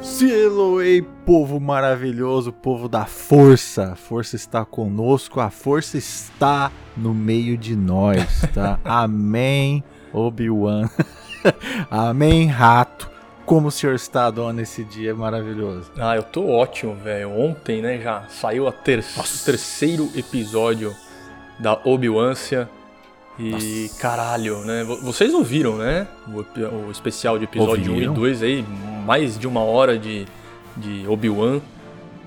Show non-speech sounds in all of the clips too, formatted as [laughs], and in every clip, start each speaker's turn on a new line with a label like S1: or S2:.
S1: Cielo, ei, povo maravilhoso, povo da força. A força está conosco, a força está no meio de nós,
S2: [laughs]
S1: tá? Amém, Obi-Wan. [laughs] Amém, rato. Como o senhor está, dona, nesse dia maravilhoso?
S2: Ah, eu tô ótimo, velho. Ontem, né, já saiu a ter o terceiro episódio da Obi-Wansia. E
S1: Nossa.
S2: caralho, né? Vo- Vocês ouviram, né? O, epi- o especial de episódio 1 e
S1: Ouviram.
S2: 2 aí, mais de uma hora de, de Obi-Wan.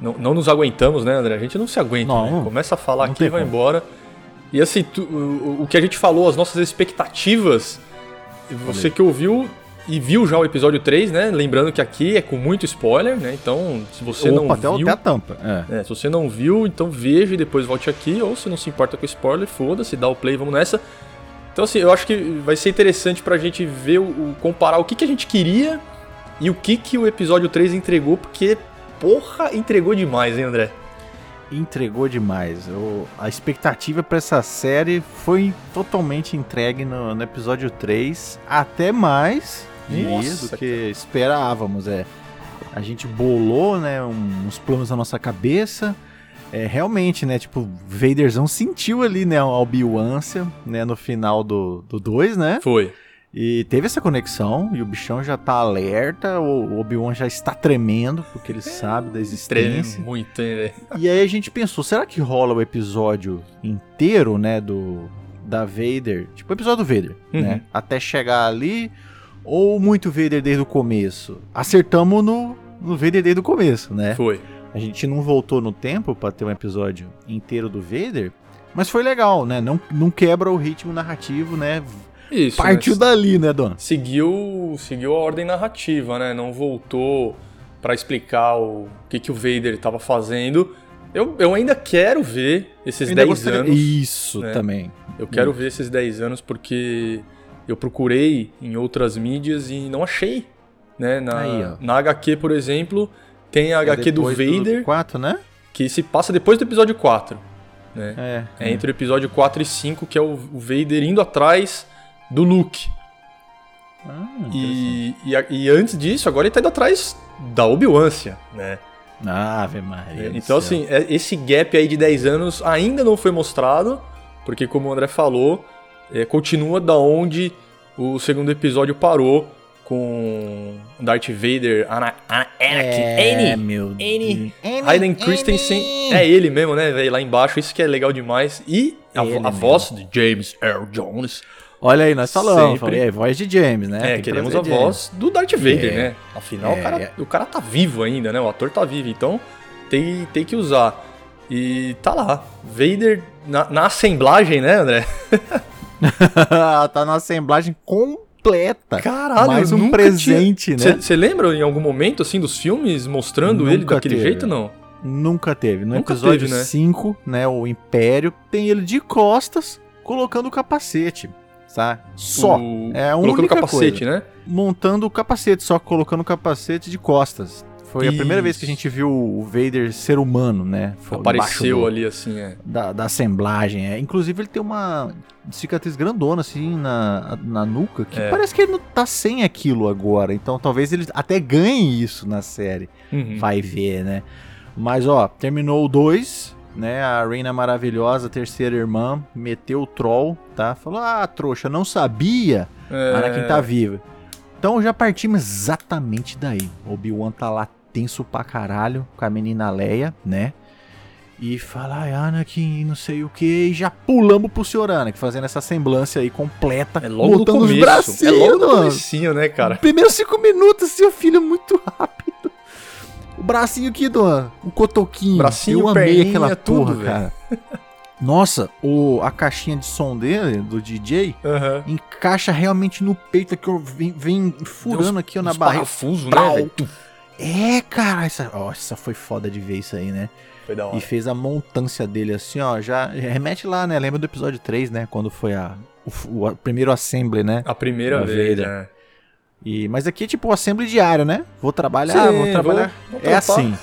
S2: Não, não nos aguentamos, né, André? A gente não se aguenta,
S1: Não,
S2: né? Começa a falar
S1: não
S2: aqui
S1: tem
S2: e vai
S1: como.
S2: embora. E assim, tu- o, o que a gente falou, as nossas expectativas, você
S1: Falei.
S2: que ouviu e viu já o episódio 3, né? Lembrando que aqui é com muito spoiler, né? Então, se você
S1: Opa,
S2: não
S1: até,
S2: viu...
S1: até a tampa. É.
S2: É, se você não viu, então veja e depois volte aqui. Ou se não se importa com spoiler, foda-se, dá o play, vamos nessa. Então, assim, eu acho que vai ser interessante pra gente ver, o, o- comparar o que, que a gente queria e o que, que o episódio 3 entregou, porque, porra, entregou demais, hein, André?
S1: Entregou demais. Eu- a expectativa pra essa série foi totalmente entregue no, no episódio 3, até mais diria,
S2: Nossa,
S1: do que esperávamos. É. A gente bolou né, um- uns planos na nossa cabeça. É, realmente, né? Tipo, Vaderzão sentiu ali, né? A albiância, né? No final do 2, do dois, né?
S2: Foi.
S1: E teve essa conexão, e o bichão já tá alerta, o o Obi-Wan já está tremendo, porque ele sabe da
S2: Treme
S1: existência.
S2: muito, hein, André?
S1: E aí a gente pensou, será que rola o episódio inteiro, né, do da Vader, tipo o episódio do Vader,
S2: Uhum.
S1: né, até chegar ali ou muito Vader desde o começo? Acertamos no no Vader desde o começo, né?
S2: Foi.
S1: A gente não voltou no tempo pra ter um episódio inteiro do Vader, mas foi legal, né? Não, não quebra o ritmo narrativo, né?
S2: Isso.
S1: Partiu
S2: né?
S1: dali, né, Dona?
S2: Seguiu, seguiu a ordem narrativa, né? Não voltou pra explicar o que, que o Vader tava fazendo. Eu, eu ainda quero ver esses
S1: Ainda
S2: 10
S1: gostaria-
S2: anos.
S1: Isso
S2: né?
S1: também.
S2: Eu quero ver esses 10 anos porque eu procurei em outras mídias e não achei. Né? Na,
S1: Aí, ó. É
S2: na HQ, por exemplo, tem a HQ do
S1: Depois
S2: Vader
S1: 4, né?
S2: que se passa depois do episódio 4. Né?
S1: É.
S2: É entre o episódio 4 e 5, que é o o Vader indo atrás do Luke.
S1: Ah, interessante.
S2: E, e, a- e antes disso, agora ele tá indo atrás da Obi-Wansia, né?
S1: Ave Maria. do
S2: Então,
S1: céu.
S2: assim, é- esse gap aí de 10 anos ainda não foi mostrado, porque, como o André falou, é, continua da onde o segundo episódio parou com Darth Vader, Ana, Ana, Anakin,
S1: É,
S2: Annie,
S1: meu
S2: N.
S1: Deus.
S2: Hayden Christensen, é ele mesmo, né, velho, lá embaixo, isso que é legal demais. E a,
S1: Ele
S2: vo- a
S1: mesmo.
S2: voz de James Earl Jones,
S1: Olha aí, nós falamos.
S2: Sempre.
S1: Falei, é voz de James, né?
S2: é,
S1: Tem que
S2: queremos a
S1: trazer James.
S2: voz do Darth Vader,
S1: É.
S2: né? Afinal,
S1: É,
S2: o, cara, o cara tá vivo ainda, né? O ator tá vivo, então tem, tem que usar. E tá lá. Vader na, na assemblagem, né,
S1: [laughs]
S2: André?
S1: tá na assemblagem completa.
S2: Caralho,
S1: Mais
S2: eu
S1: um
S2: nunca
S1: presente, né?
S2: Você lembra em algum momento, assim, dos filmes mostrando ele
S1: Nunca
S2: daquele
S1: teve.
S2: jeito, não?
S1: Nunca teve. No
S2: Nunca
S1: episódio
S2: teve, né?
S1: 5, né? O Império, tem ele de costas colocando o capacete, tá? Só.
S2: O-
S1: É a
S2: Colocando
S1: única
S2: capacete, né?
S1: montando o capacete, só colocando o capacete de costas. Foi a primeira vez que a gente viu o Vader ser humano, né? Foi embaixo
S2: Apareceu
S1: do-
S2: ali, assim, é.
S1: Da, da assemblagem. É. Inclusive, ele tem uma cicatriz grandona, assim, na, na nuca, que
S2: É.
S1: parece que ele não tá sem aquilo agora. Então, talvez ele até ganhe isso na série.
S2: Uhum.
S1: Vai ver, né? Mas, ó, terminou o 2, né? A Reina Maravilhosa, terceira irmã, meteu o troll, tá? Falou, ah, trouxa, não sabia.
S2: É,
S1: Anakin tá vivo. Então já partimos exatamente daí. Obi-Wan tá lá tenso pra caralho com a menina Leia, né? E fala, ai, Anakin, e não sei o que, e já pulamos pro senhor Anakin, fazendo essa semblância aí completa.
S2: É logo no
S1: botando
S2: começo.
S1: os bracinhos,
S2: é logo no
S1: mano.
S2: comecinho, né, cara?
S1: Primeiros cinco minutos, seu filho, é muito rápido. O bracinho aqui, Duan. O cotoquinho.
S2: Bracinho,
S1: Eu amei
S2: perninha,
S1: aquela porra,
S2: tudo, velho.
S1: cara. Nossa, o, a caixinha de som dele, do DJ,
S2: Aham.
S1: encaixa realmente no peito aqui, ó, vem, vem furando aqui ó, na
S2: Uns
S1: barriga.
S2: parafuso,
S1: Pau.
S2: né, velho? Tum.
S1: É, cara, essa, nossa, foi foda de ver isso aí, né?
S2: Foi da hora.
S1: E fez a montância dele assim, ó, já remete lá, né? Lembra do episódio 3, né, quando foi a o, f- o a- primeiro assembly, né?
S2: A primeira
S1: Da
S2: vez,
S1: Vader.
S2: né?
S1: E mas aqui é tipo o assembly diário, né? Vou trabalhar,
S2: Sim,
S1: vou trabalhar.
S2: vou- vou
S1: é
S2: trampar.
S1: assim.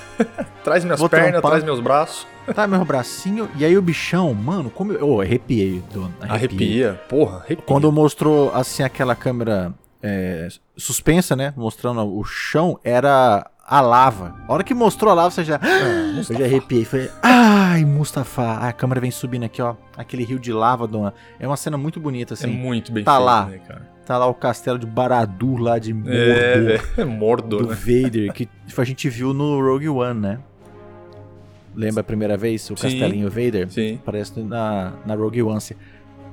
S2: Traz minhas
S1: Vou
S2: pernas,
S1: trampar.
S2: traz meus braços.
S1: Tá meu bracinho e aí o bichão, mano, como eu, oh, arrepiei, dono. arrepiei.
S2: Arrepia, porra, arrepia.
S1: Quando mostrou, assim, aquela câmera é, suspensa, né? Mostrando o chão, era a lava. A hora que mostrou a lava, você já.
S2: É,
S1: eu já arrepiei. Falei, ai, Mustafa. Ai, a câmera vem subindo aqui, ó. Aquele rio de lava, dona. É uma cena muito bonita,
S2: É
S1: assim.
S2: muito bem
S1: tá
S2: feito,
S1: lá.
S2: né, cara?
S1: Tá lá o castelo de Baradu, lá de Mordor,
S2: É, velho. É Mordor,
S1: do
S2: né?
S1: Vader, que a gente viu no Rogue One, né? Lembra a primeira vez o
S2: Sim.
S1: castelinho Vader?
S2: [laughs] Sim.
S1: Parece na, na Rogue One. assim.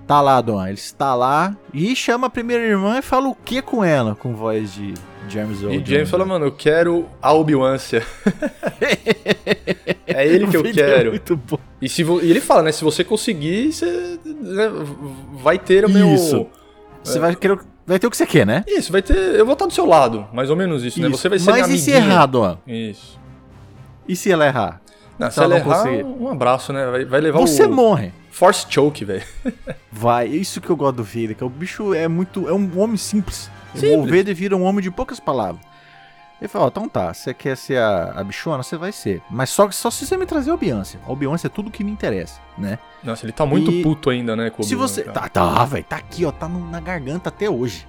S1: Tá lá, Dona. Ele está lá e chama a primeira irmã e fala o que com ela? Com voz de James Oldham.
S2: E James fala, mano, eu quero
S1: [laughs]
S2: a Obi-Wância. é ele que eu
S1: Vídeo é
S2: quero.
S1: Muito bom.
S2: E, se vo- e ele fala, né? Se você conseguir, você né, vai ter o meu.
S1: Isso.
S2: É.
S1: Você vai, querer, vai ter o que você quer, né?
S2: Isso, vai ter. Eu vou estar do seu lado, mais ou menos isso, né?
S1: Isso.
S2: Você vai ser
S1: Mas
S2: minha
S1: e se
S2: amiguinha.
S1: errar, Dona?
S2: Isso.
S1: E se ela errar?
S2: Não, se
S1: ela
S2: ela
S1: não
S2: errar,
S1: conseguir.
S2: um abraço, né? Vai, vai levar
S1: Você
S2: o.
S1: morre.
S2: Force choke, velho.
S1: Vai, é isso que eu gosto do Vader, que o bicho é muito. É um homem simples. O
S2: Simples.
S1: Vader vira um homem de poucas palavras. Ele fala, ó, então tá, você quer ser a, a bichona? Você vai ser. Mas só, só se você me trazer a Beyoncé. A Beyoncé é tudo que me interessa, né?
S2: Nossa, ele tá muito
S1: E-
S2: puto ainda, né? Com o
S1: se
S2: Obi-Wan,
S1: você.
S2: cara.
S1: Tá, tá, velho, tá aqui, ó, tá no- na garganta até hoje.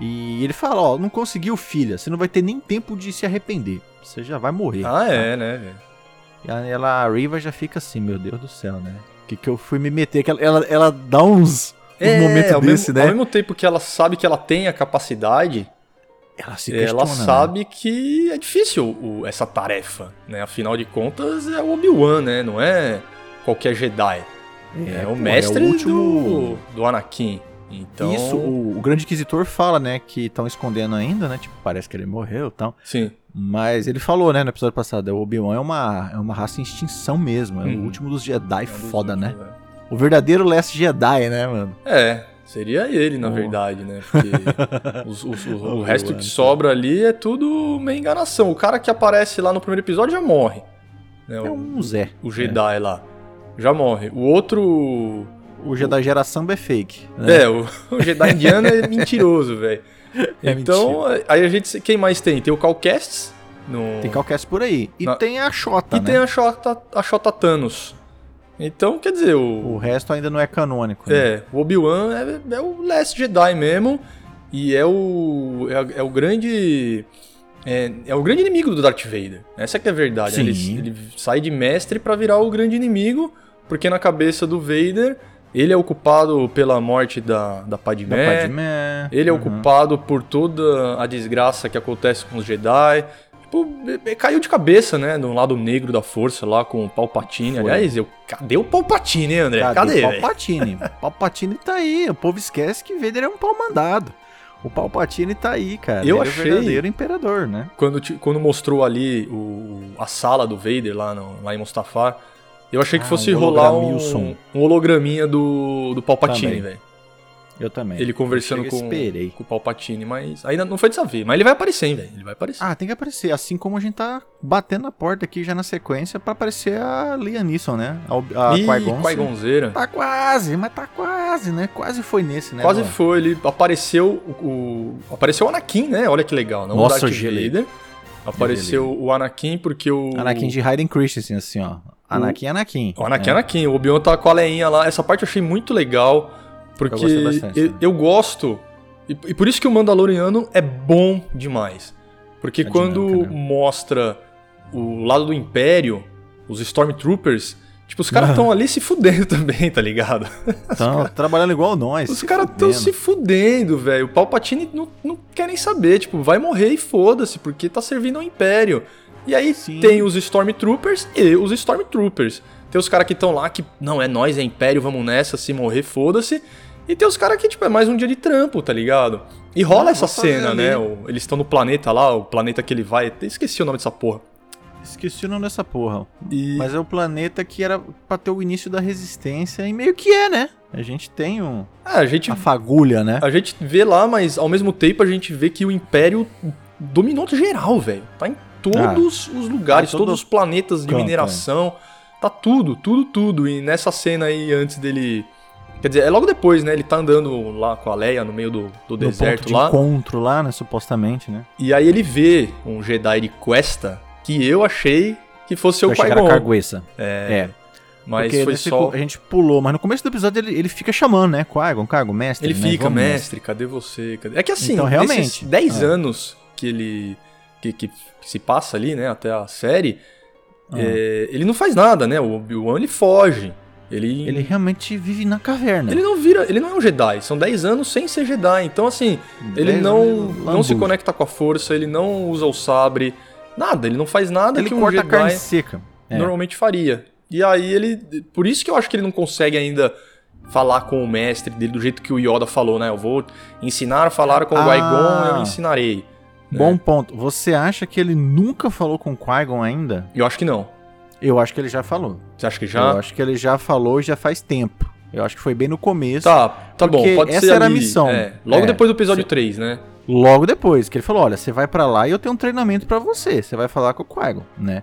S1: E ele fala, ó, não conseguiu filha, você não vai ter nem tempo de se arrepender. Você já vai morrer.
S2: Ah, é, né, velho?
S1: E a- ela, a Riva já fica assim, meu Deus do céu, né? O que, que eu fui me meter? Que ela, ela, ela dá uns, uns momentos
S2: ao
S1: Um desse,
S2: É, mesmo,
S1: né?
S2: Ao mesmo tempo que ela sabe que ela tem a capacidade,
S1: Ela se
S2: ela
S1: questiona, né?
S2: sabe que é difícil o- essa tarefa, né? Afinal de contas, é o Obi-Wan, né? Não é qualquer Jedi. É,
S1: pô,
S2: o mestre
S1: é o último-
S2: do, do Anakin. Então,
S1: Isso, o, o grande inquisitor fala, né, que estão escondendo ainda, né? Tipo, parece que ele morreu e tal.
S2: sim.
S1: Mas ele falou, né, no episódio passado, o Obi-Wan é uma, é uma raça em extinção mesmo. É o
S2: Uhum.
S1: último dos Jedi
S2: é um dos
S1: foda, né?
S2: últimos,
S1: O verdadeiro Last Jedi, né, mano?
S2: É, seria ele, na
S1: Oh.
S2: verdade, né?
S1: [laughs]
S2: Porque os- os- o- o
S1: Oh,
S2: resto
S1: mano.
S2: que sobra ali é tudo uma enganação. O cara que aparece lá no primeiro episódio já morre. né?
S1: É
S2: O,
S1: um Zé.
S2: o Jedi lá. Já morre. O outro.
S1: O Jedi geração é fake. né?
S2: É, o, o Jedi indiano
S1: [laughs]
S2: é mentiroso, velho.
S1: É
S2: então, aí a gente. Quem mais tem? Tem o Calcasts. No...
S1: Tem Calcast por aí. E
S2: É. Na-
S1: tem a Xota,
S2: e
S1: né?
S2: tem a Xota, a Xota Thanos. Então, quer dizer,
S1: O resto ainda não é canônico. né?
S2: É, o Obi-Wan é, é o Last Jedi mesmo. E é o. É, a- é o grande. É, é o grande inimigo do Darth Vader. Essa que é a verdade. né?
S1: Sim.
S2: Ele, ele sai de mestre pra virar o grande inimigo, porque na cabeça do Vader, ele é ocupado pela morte da, da
S1: Da
S2: Padmé.
S1: Padmé.
S2: Ele é
S1: Uhum.
S2: o culpado por toda a desgraça que acontece com os Jedi. Tipo, é- é- caiu de cabeça, né? No lado negro da força lá com o Palpatine.
S1: Foi.
S2: Aliás, eu, cadê o Palpatine, hein, André? É, Cadê?
S1: Cadê?
S2: velho?
S1: o
S2: [laughs]
S1: Palpatine. Palpatine tá aí. O povo esquece que Vader é um pau mandado. O Palpatine tá aí, cara.
S2: Eu
S1: Ele
S2: achei-
S1: é o verdadeiro imperador, né?
S2: Quando, ti- quando mostrou ali o, a sala do Vader lá, no- lá em Mustafar, eu achei que
S1: Ah,
S2: fosse
S1: um
S2: rolar um,
S1: hologramilson.
S2: um holograminha do, do Palpatine,
S1: Também.
S2: velho.
S1: Eu também.
S2: Ele conversando
S1: Chega,
S2: com,
S1: esperei.
S2: com o Palpatine, mas ainda não foi dessa vez. Mas ele vai aparecer, hein, velho. Ele vai aparecer.
S1: Ah, tem que aparecer. Assim como a gente tá batendo na porta aqui já na sequência pra aparecer a Liam Neeson, né? A, Ob- a
S2: Ih,
S1: Qui-Gon.
S2: Qui-Gonzeira.
S1: Tá quase, mas tá quase, né? Quase foi nesse, né?
S2: Quase
S1: mano?
S2: foi, ele apareceu o, o- Apareceu o Anakin, né? Olha que legal, não
S1: Nossa,
S2: o Darth
S1: gelei.
S2: Vader. Apareceu o Anakin porque o.
S1: Anakin de Hayden Christensen, assim, ó. Anakin, Anakin.
S2: O Anakin,
S1: É.
S2: Anakin. O Obi-Wan tá com a leinha lá. Essa parte eu achei muito legal. Porque eu,
S1: gostei bastante né?
S2: eu,
S1: também.
S2: gosto. E, e por isso que o Mandaloriano é bom demais. Porque
S1: A
S2: quando
S1: dinâmica, né?
S2: mostra o lado do Império, os Stormtroopers, tipo, os caras
S1: Mano.
S2: estão ali se fudendo [laughs] também, tá ligado?
S1: Tão trabalhando igual nós.
S2: Os
S1: se
S2: caras estão
S1: fudendo.
S2: se fudendo, velho. O Palpatine não, não quer nem saber. Tipo, vai morrer e foda-se, porque tá servindo ao Império. E aí
S1: Sim.
S2: tem os Stormtroopers e os Stormtroopers. Tem os caras que estão lá que, não, é nós, é Império, vamos nessa, se morrer, foda-se. E tem os caras que, tipo, é mais um dia de trampo, tá ligado? E rola
S1: Ah,
S2: essa
S1: vou fazer
S2: cena,
S1: ali.
S2: né? O- eles estão no planeta lá, o planeta que ele vai. até Esqueci o nome dessa porra.
S1: Esqueci o nome dessa porra.
S2: E.
S1: Mas é o planeta que era pra ter o início da resistência e meio que é, né? A gente tem um...
S2: Ah, a gente
S1: a fagulha, né?
S2: [laughs] A gente vê lá, mas ao mesmo tempo a gente vê que o Império dominou geral, velho. Tá em todos os lugares,
S1: tá em todo
S2: todos os planetas de
S1: canto,
S2: mineração. Tá tudo, tudo, tudo. E nessa cena aí, antes dele. Quer dizer, é logo depois, né? Ele tá andando lá com a Leia no meio do, do
S1: No ponto
S2: deserto
S1: de
S2: lá.
S1: encontro lá, né? Supostamente, né?
S2: E aí ele vê um Jedi de Cuesta que eu achei que fosse o
S1: Eu achei que era
S2: Qui-Gon.
S1: Cargueça. É.
S2: Mas
S1: Porque
S2: foi
S1: nesse
S2: só.
S1: cu- a gente pulou, mas no começo do episódio ele, ele fica chamando, né? Qui-Gon, Qui-Gon, mestre.
S2: Ele
S1: né?
S2: fica,
S1: Vamos,
S2: mestre, cadê você? Cadê-" É que assim,
S1: Então,
S2: nesses
S1: realmente,
S2: 10
S1: é.
S2: anos que ele que, que se passa ali, né, até a série,
S1: Ah.
S2: é, ele não faz nada, né? O Obi-Wan ele foge. Ele,
S1: Ele realmente vive na caverna.
S2: ele não vira, ele não é um Jedi, são 10 anos sem ser Jedi. Então assim, ele
S1: Dez
S2: não,
S1: anos,
S2: não se
S1: lambuja.
S2: conecta com a força, ele não usa o sabre, nada, ele não faz nada
S1: Ele
S2: que um
S1: corta a
S2: Jedi
S1: carne seca. É.
S2: normalmente faria. E aí ele. Por isso que eu acho que ele não consegue ainda falar com o mestre dele do jeito que o Yoda falou, né? Eu vou ensinar a falar com o
S1: Ah.
S2: Qui-Gon, eu ensinarei.
S1: Bom ponto. Você acha que ele nunca falou com o Qui-Gon ainda?
S2: Eu acho que não.
S1: Eu acho que ele já falou.
S2: Você acha que
S1: Eu
S2: já?
S1: acho que ele já falou já faz tempo. Eu acho que foi bem no começo.
S2: Tá, tá bom,
S1: Porque
S2: pode ser.
S1: essa era a
S2: ali,
S1: missão.
S2: é, logo
S1: É.
S2: depois do episódio 3, né?
S1: Logo depois, que ele falou: olha, você vai pra lá e eu tenho um treinamento pra você. Você vai falar com o Qui-Gon, né?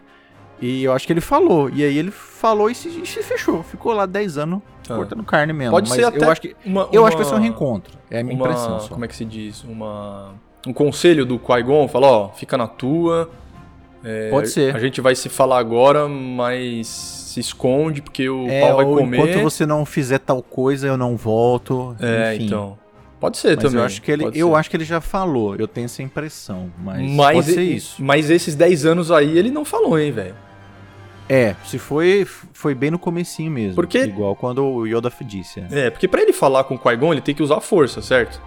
S1: E eu acho que ele falou. E aí ele falou e se, e se fechou. Ficou lá 10 anos
S2: Tá.
S1: cortando carne mesmo.
S2: Pode
S1: Mas
S2: ser
S1: eu
S2: até
S1: acho que
S2: Uma-
S1: Eu acho que vai ser um
S2: uma-
S1: reencontro. É a minha
S2: uma-
S1: impressão só.
S2: Como é que se diz? Uma, um conselho do Qui-Gon, fala, ó, fica na tua. é,
S1: Pode ser.
S2: A gente vai se falar agora, mas se esconde porque o
S1: É,
S2: pau vai
S1: ou
S2: comer.
S1: enquanto você não fizer tal coisa, eu não volto.
S2: É,
S1: enfim.
S2: então. Pode ser
S1: Mas é,
S2: também.
S1: eu acho que ele,
S2: pode
S1: eu
S2: ser.
S1: acho que ele já falou. Eu tenho essa impressão, mas,
S2: mas,
S1: pode ser
S2: e-
S1: isso.
S2: mas esses 10 anos aí ele não falou, hein, velho.
S1: É, se foi foi bem no comecinho mesmo.
S2: Porque-
S1: igual quando o Yoda f- disse. é.
S2: É, porque pra ele falar com o Qui-Gon, ele tem que usar a força, certo?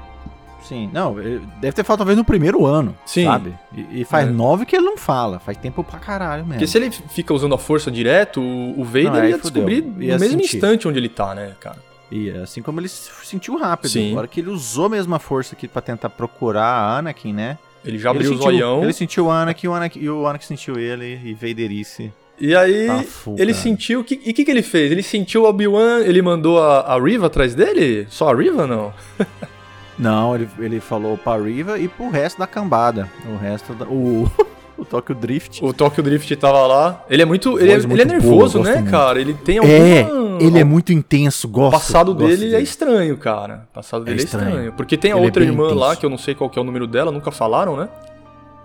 S1: Sim, não, ele- deve ter falado talvez no primeiro ano,
S2: Sim.
S1: sabe? E, e faz
S2: É.
S1: nove que ele não fala, faz tempo pra caralho mesmo.
S2: Porque se ele f- fica usando a força direto, o o Vader
S1: Não, aí
S2: ia
S1: fudeu.
S2: descobrir
S1: Ia
S2: no mesmo
S1: sentir.
S2: instante onde ele tá, né, cara?
S1: E assim como ele se sentiu rápido,
S2: Sim.
S1: agora que ele usou mesmo a força aqui pra tentar procurar a Anakin, né?
S2: Ele já abriu
S1: ele
S2: o
S1: sentiu,
S2: zoião.
S1: Ele sentiu o Anakin, o Anakin e o Anakin sentiu ele e Vaderice.
S2: E aí,
S1: Tá full,
S2: ele
S1: cara.
S2: sentiu. que- e o que, que ele fez? Ele sentiu o Obi-Wan, ele mandou a, a Riva atrás dele? Só a Riva não?
S1: Não, ele, ele falou pra Riva e pro resto da cambada. O resto da. O, [laughs] o Tokyo Drift.
S2: O Tokyo Drift tava lá. Ele é muito. Ele é,
S1: Voz muito
S2: ele é nervoso,
S1: boa, eu
S2: né,
S1: gosto muito.
S2: cara? Ele tem algum.
S1: é, ele é muito intenso,
S2: O
S1: gosto.
S2: passado
S1: gosto
S2: dele é estranho, cara. O passado dele é estranho.
S1: estranho.
S2: Porque tem a
S1: Ele é
S2: outra
S1: bem
S2: irmã lá,
S1: intenso.
S2: que eu não sei qual que é o número dela, nunca falaram, né?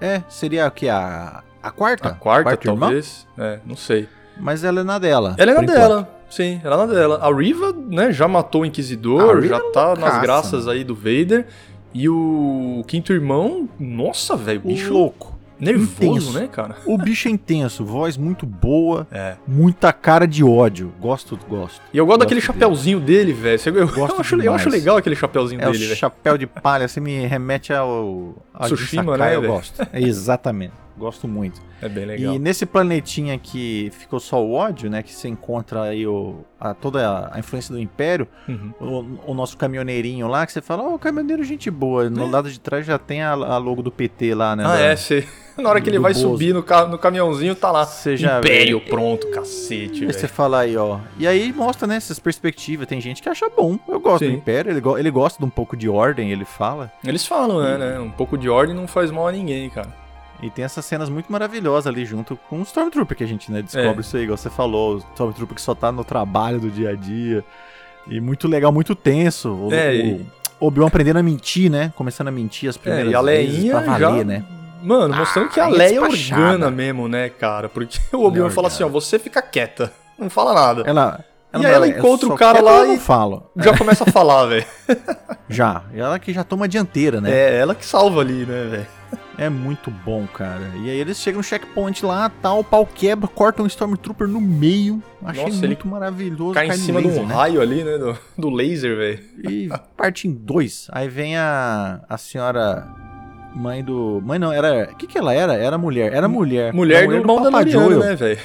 S1: É, seria o que? A, a Ah, quarta?
S2: A quarta,
S1: irmã?
S2: talvez. É, não sei.
S1: Mas ela é na dela.
S2: Ela é na
S1: por enquanto.
S2: dela. Sim, ela é na dela. A Riva, né, já matou o
S1: A
S2: Inquisidor,
S1: Riva é
S2: já tá nas
S1: loucaça,
S2: graças aí do Vader. E o quinto irmão, nossa, velho, bicho
S1: louco.
S2: nervoso,
S1: intenso.
S2: né, cara?
S1: O bicho é intenso, voz muito boa,
S2: [laughs] É.
S1: muita cara de ódio. Gosto, gosto.
S2: E eu gosto daquele
S1: Gosto dele.
S2: chapéuzinho dele, velho. Você- Eu,
S1: Gosto
S2: eu, acho, eu
S1: demais.
S2: acho legal aquele chapéuzinho
S1: É o
S2: dele, né? velho.
S1: chapéu de palha, você me remete ao. ao
S2: Tsushima,
S1: Jin
S2: né,
S1: Eu
S2: velho?
S1: gosto. É, Exatamente. Gosto muito.
S2: É bem legal.
S1: E né, nesse planetinha que ficou só o ódio, né? Que você encontra aí o, a, toda a influência do Império,
S2: Uhum.
S1: o, o nosso caminhoneirinho lá, que você fala, ó, caminhoneiro, gente boa. No lado de trás já tem a, a logo do PT lá, né?
S2: É. Ah,
S1: da-
S2: é, você... [laughs] Na hora que ele
S1: do
S2: vai
S1: Bozo.
S2: subir no, ca- no caminhãozinho, tá lá.
S1: Você já
S2: Império, pronto, cacete,
S1: Aí você
S2: velho.
S1: fala aí, ó. E aí mostra, né, essas perspectivas. Tem gente que acha bom. Eu gosto
S2: Sim.
S1: do Império, ele, go- ele gosta de um pouco de ordem, ele fala.
S2: Eles falam, né, né? Um pouco de ordem não faz mal a ninguém, cara.
S1: E tem essas cenas muito maravilhosas ali junto com o Stormtrooper que a gente, né, descobre
S2: É.
S1: isso aí, igual você falou. O Stormtrooper que só tá no trabalho do dia a dia. E muito legal, muito tenso. O,
S2: É,
S1: o- o Obi-Wan aprendendo a mentir, né? Começando a mentir as
S2: É,
S1: primeiras
S2: e a
S1: vezes
S2: Leinha
S1: pra valer,
S2: já...
S1: né?
S2: Mano, mostrando que a
S1: aí é
S2: Leia é
S1: despachada.
S2: organa mesmo, né, cara? Porque [laughs] o
S1: Ela
S2: Obi-Wan
S1: é
S2: fala assim, ó, você fica quieta, não fala nada.
S1: Ela...
S2: E aí ela
S1: eu
S2: encontra o
S1: só
S2: cara
S1: quero,
S2: lá
S1: eu não
S2: e-
S1: falo.
S2: Já começa a falar, [laughs] velho.
S1: Já. Ela que já toma a dianteira, né?
S2: É, ela que salva ali, né, velho?
S1: É muito bom, cara. E aí eles chegam no checkpoint lá, tal, o pau quebra, cortam um Stormtrooper no meio. Achei
S2: Nossa, ele
S1: muito maravilhoso.
S2: Cai em
S1: no
S2: cima de
S1: laser,
S2: um
S1: né?
S2: raio ali, né, do, do laser, velho.
S1: E parte em dois. Aí vem a, a senhora mãe do... Mãe não, era... O que que ela era? Era mulher. Era É, mulher.
S2: Mulher
S1: Era
S2: do
S1: Papa
S2: Mandaloriano,
S1: Joel.
S2: né, velho?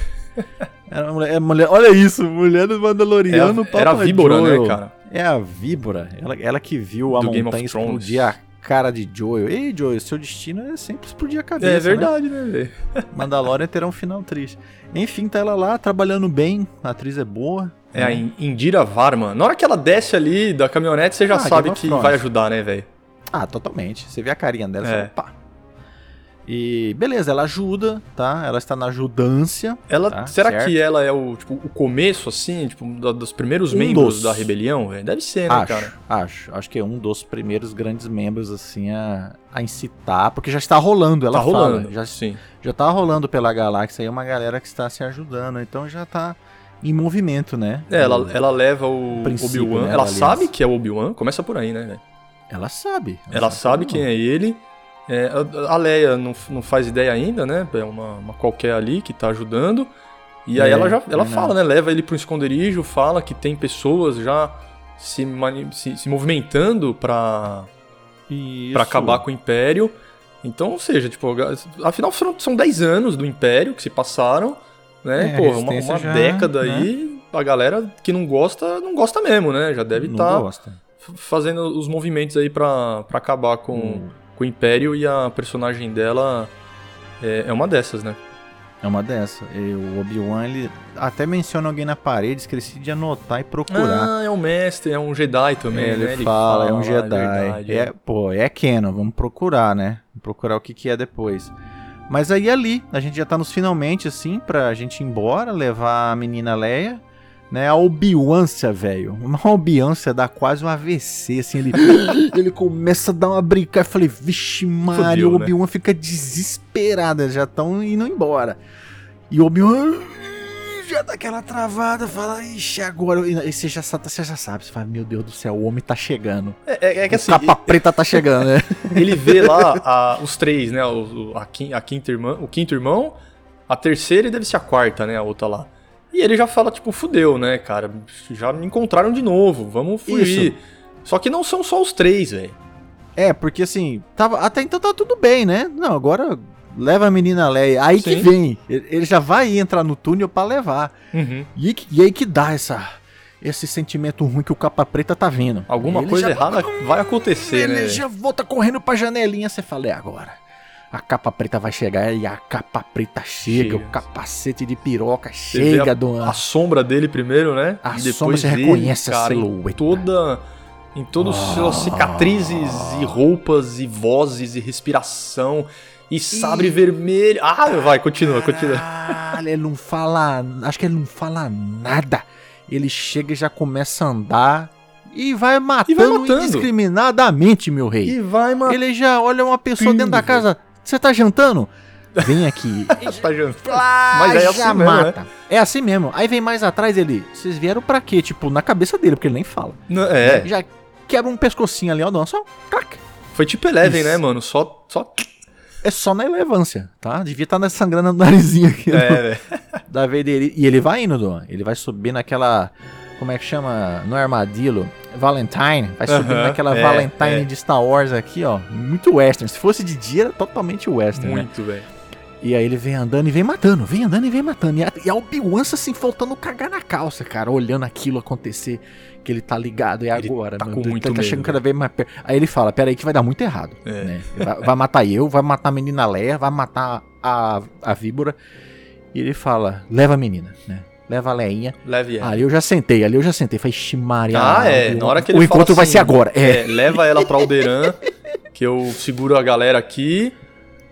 S1: Era mulher, é mulher- Olha isso, mulher do
S2: É a-
S1: Mandaloriano, Papa
S2: Era a víbora,
S1: Joel.
S2: né, cara?
S1: É a víbora. Ela, ela que viu a
S2: Do Game of
S1: montanha
S2: Thrones.
S1: explodir a cara de Joel. Ei, Joel, seu destino é sempre explodir a cabeça,
S2: É
S1: né?
S2: verdade, né, velho?
S1: Mandalorian terá um final triste. Enfim, tá ela lá trabalhando bem, a atriz é boa.
S2: É a In- Indira Varma. Na hora que ela desce ali da caminhonete, você já
S1: Ah,
S2: sabe
S1: Game of
S2: que
S1: Thrones.
S2: vai ajudar, né, velho?
S1: Ah, totalmente. Você vê a carinha dela,
S2: É.
S1: você fala, pá. E beleza, ela ajuda, tá? Ela está na ajudância.
S2: Ela,
S1: Tá,
S2: será
S1: certo.
S2: que ela é o, tipo, o começo, assim, tipo, da- dos primeiros
S1: Um
S2: membros
S1: dos.
S2: da rebelião, velho? Deve ser, né,
S1: Acho,
S2: cara?
S1: acho. Acho que é um dos primeiros grandes membros, assim, a, a incitar. Porque já está rolando, ela
S2: tá
S1: fala.
S2: rolando.
S1: Já,
S2: sim.
S1: já tá rolando pela galáxia aí uma galera que está se ajudando. Então já tá em movimento, né?
S2: É, ela,
S1: O-
S2: ela leva o
S1: princípio,
S2: Obi-Wan.
S1: né,
S2: ela
S1: da aliança.
S2: sabe que é o Obi-Wan, começa por aí, né? velho?
S1: ela sabe.
S2: Ela sabe quem é ele. É, a- a Leia não, não faz ideia ainda, né? É uma, uma qualquer ali que tá ajudando. E aí
S1: É,
S2: ela já ela
S1: verdade.
S2: fala, né? Leva ele para um esconderijo, fala que tem pessoas já se, mani- se, se movimentando pra
S1: Isso.
S2: pra acabar com o Império. Então, ou seja, tipo, afinal foram, são 10 anos do Império que se passaram, né?
S1: É, a
S2: Pô, uma,
S1: resistência
S2: uma
S1: já,
S2: década
S1: né?
S2: aí, a galera que não gosta, não gosta mesmo, né? Já deve
S1: Não
S2: estar
S1: gosta.
S2: fazendo os movimentos aí pra, pra acabar com,
S1: Hum.
S2: com o Império e a personagem dela é, é uma dessas, né?
S1: É uma dessa. E o Obi-Wan, ele até menciona alguém na parede, esqueci de anotar e procurar.
S2: Ah, é um mestre, é um Jedi também,
S1: ele,
S2: né?
S1: fala, é um
S2: lá,
S1: Jedi.
S2: verdade,
S1: é, pô, é Canon, vamos procurar, né? Vamos procurar o que, que é depois. Mas aí ali, a gente já tá nos finalmente, assim, pra gente ir embora, levar a menina Leia, né? A obiância, velho. Uma obiância dá quase um AVC, assim, [laughs] ele, ele começa a dar uma brincar. Eu falei, vixe, Mario, o
S2: né?
S1: Obi-Wan fica desesperado, eles já estão indo embora. E o Obi-Wan já dá aquela travada, fala, ixi, agora. eu-" E você já, sa- você já sabe, você fala, meu Deus do céu, o homem tá chegando.
S2: É, é- é que assim,
S1: Capa preta tá chegando, né?
S2: Ele vê lá a- os três, né? O, o- a, quin- a quinta irmã, o quinto irmão, a terceira e deve ser a quarta, né? A outra lá. E ele já fala, tipo, fudeu, né, cara? Já me encontraram de novo, vamos fugir. Só que não são só os três, velho.
S1: [laughs] É, porque assim, tava, até então tá tudo bem, né? Não, agora leva a menina Leia. Aí que
S2: Sim.
S1: vem. Ele ele já vai entrar no túnel pra levar. E, que- e aí que dá essa, esse sentimento ruim que o capa preta tá vindo.
S2: Alguma
S1: Ele
S2: coisa
S1: já-
S2: errada vai acontecer,
S1: Ele
S2: né?
S1: já volta correndo pra janelinha, você fala, é agora. A capa preta vai chegar e a capa preta chega,
S2: Chega.
S1: o capacete de piroca
S2: vê
S1: chega, Doan.
S2: A sombra dele primeiro, né?
S1: A
S2: e
S1: sombra
S2: depois
S1: você
S2: dele,
S1: reconhece a
S2: cara, em
S1: silhueta. Ah.
S2: toda em todas as suas cicatrizes e roupas e vozes e respiração e sabre vermelho. Ah, vai, continua, continua.
S1: Caralho, ele não fala. Acho que ele não fala nada. Ele chega e já começa a andar e vai matando,
S2: matando.
S1: indiscriminadamente, meu rei.
S2: E vai, mano.
S1: Ele já olha uma pessoa
S2: Sim,
S1: dentro da
S2: velho.
S1: casa. Você tá jantando? Vem
S2: [laughs]
S1: aqui.
S2: Tá jantando.
S1: Mas
S2: Mas aí é assim
S1: já
S2: mesmo, né?
S1: mata. É assim mesmo. Aí vem mais atrás ele. Vocês vieram pra quê? Tipo, na cabeça dele, porque ele nem fala.
S2: Não, é,
S1: Já quebra um pescocinho ali, ó. Não, só clac.
S2: foi tipo Eleven,
S1: Isso.
S2: né, mano? Só. só...
S1: [laughs] É só na relevância, tá? Devia estar sangrando no narizinho aqui. ó.
S2: É, [laughs] velho.
S1: da vez dele. E ele vai indo, Dom. Ele vai subir naquela. Como é que chama? No armadilho. Valentine. Vai subir
S2: Aham,
S1: naquela
S2: é,
S1: Valentine
S2: é.
S1: de Star Wars aqui, ó. Muito western. Se fosse de dia, era totalmente western, né?
S2: Muito, velho.
S1: E aí ele vem andando e vem matando. Vem andando e vem matando. E a, e a Obi-Wança, assim, faltando cagar na calça, cara. Olhando aquilo acontecer. Que ele tá ligado. É
S2: Ele
S1: agora,
S2: tá
S1: meu
S2: com
S1: Deus,
S2: muito
S1: Tá, tá
S2: medo,
S1: chegando cada vez mais perto. Aí ele fala, peraí que vai dar muito errado.
S2: É.
S1: né? Vai, vai matar eu, vai matar a menina Leia, vai matar a, a víbora. E ele fala, leva a menina, né? Leva a leinha.
S2: Leve ela.
S1: Ali eu já sentei, ali eu já sentei. Falei, "Ixi, Maria.
S2: É. Ah, é.
S1: o-
S2: Na hora que
S1: O
S2: ele fala
S1: encontro vai
S2: assim,
S1: ser agora. É.
S2: É, leva ela pra
S1: [laughs]
S2: Alderan, que eu seguro a galera aqui.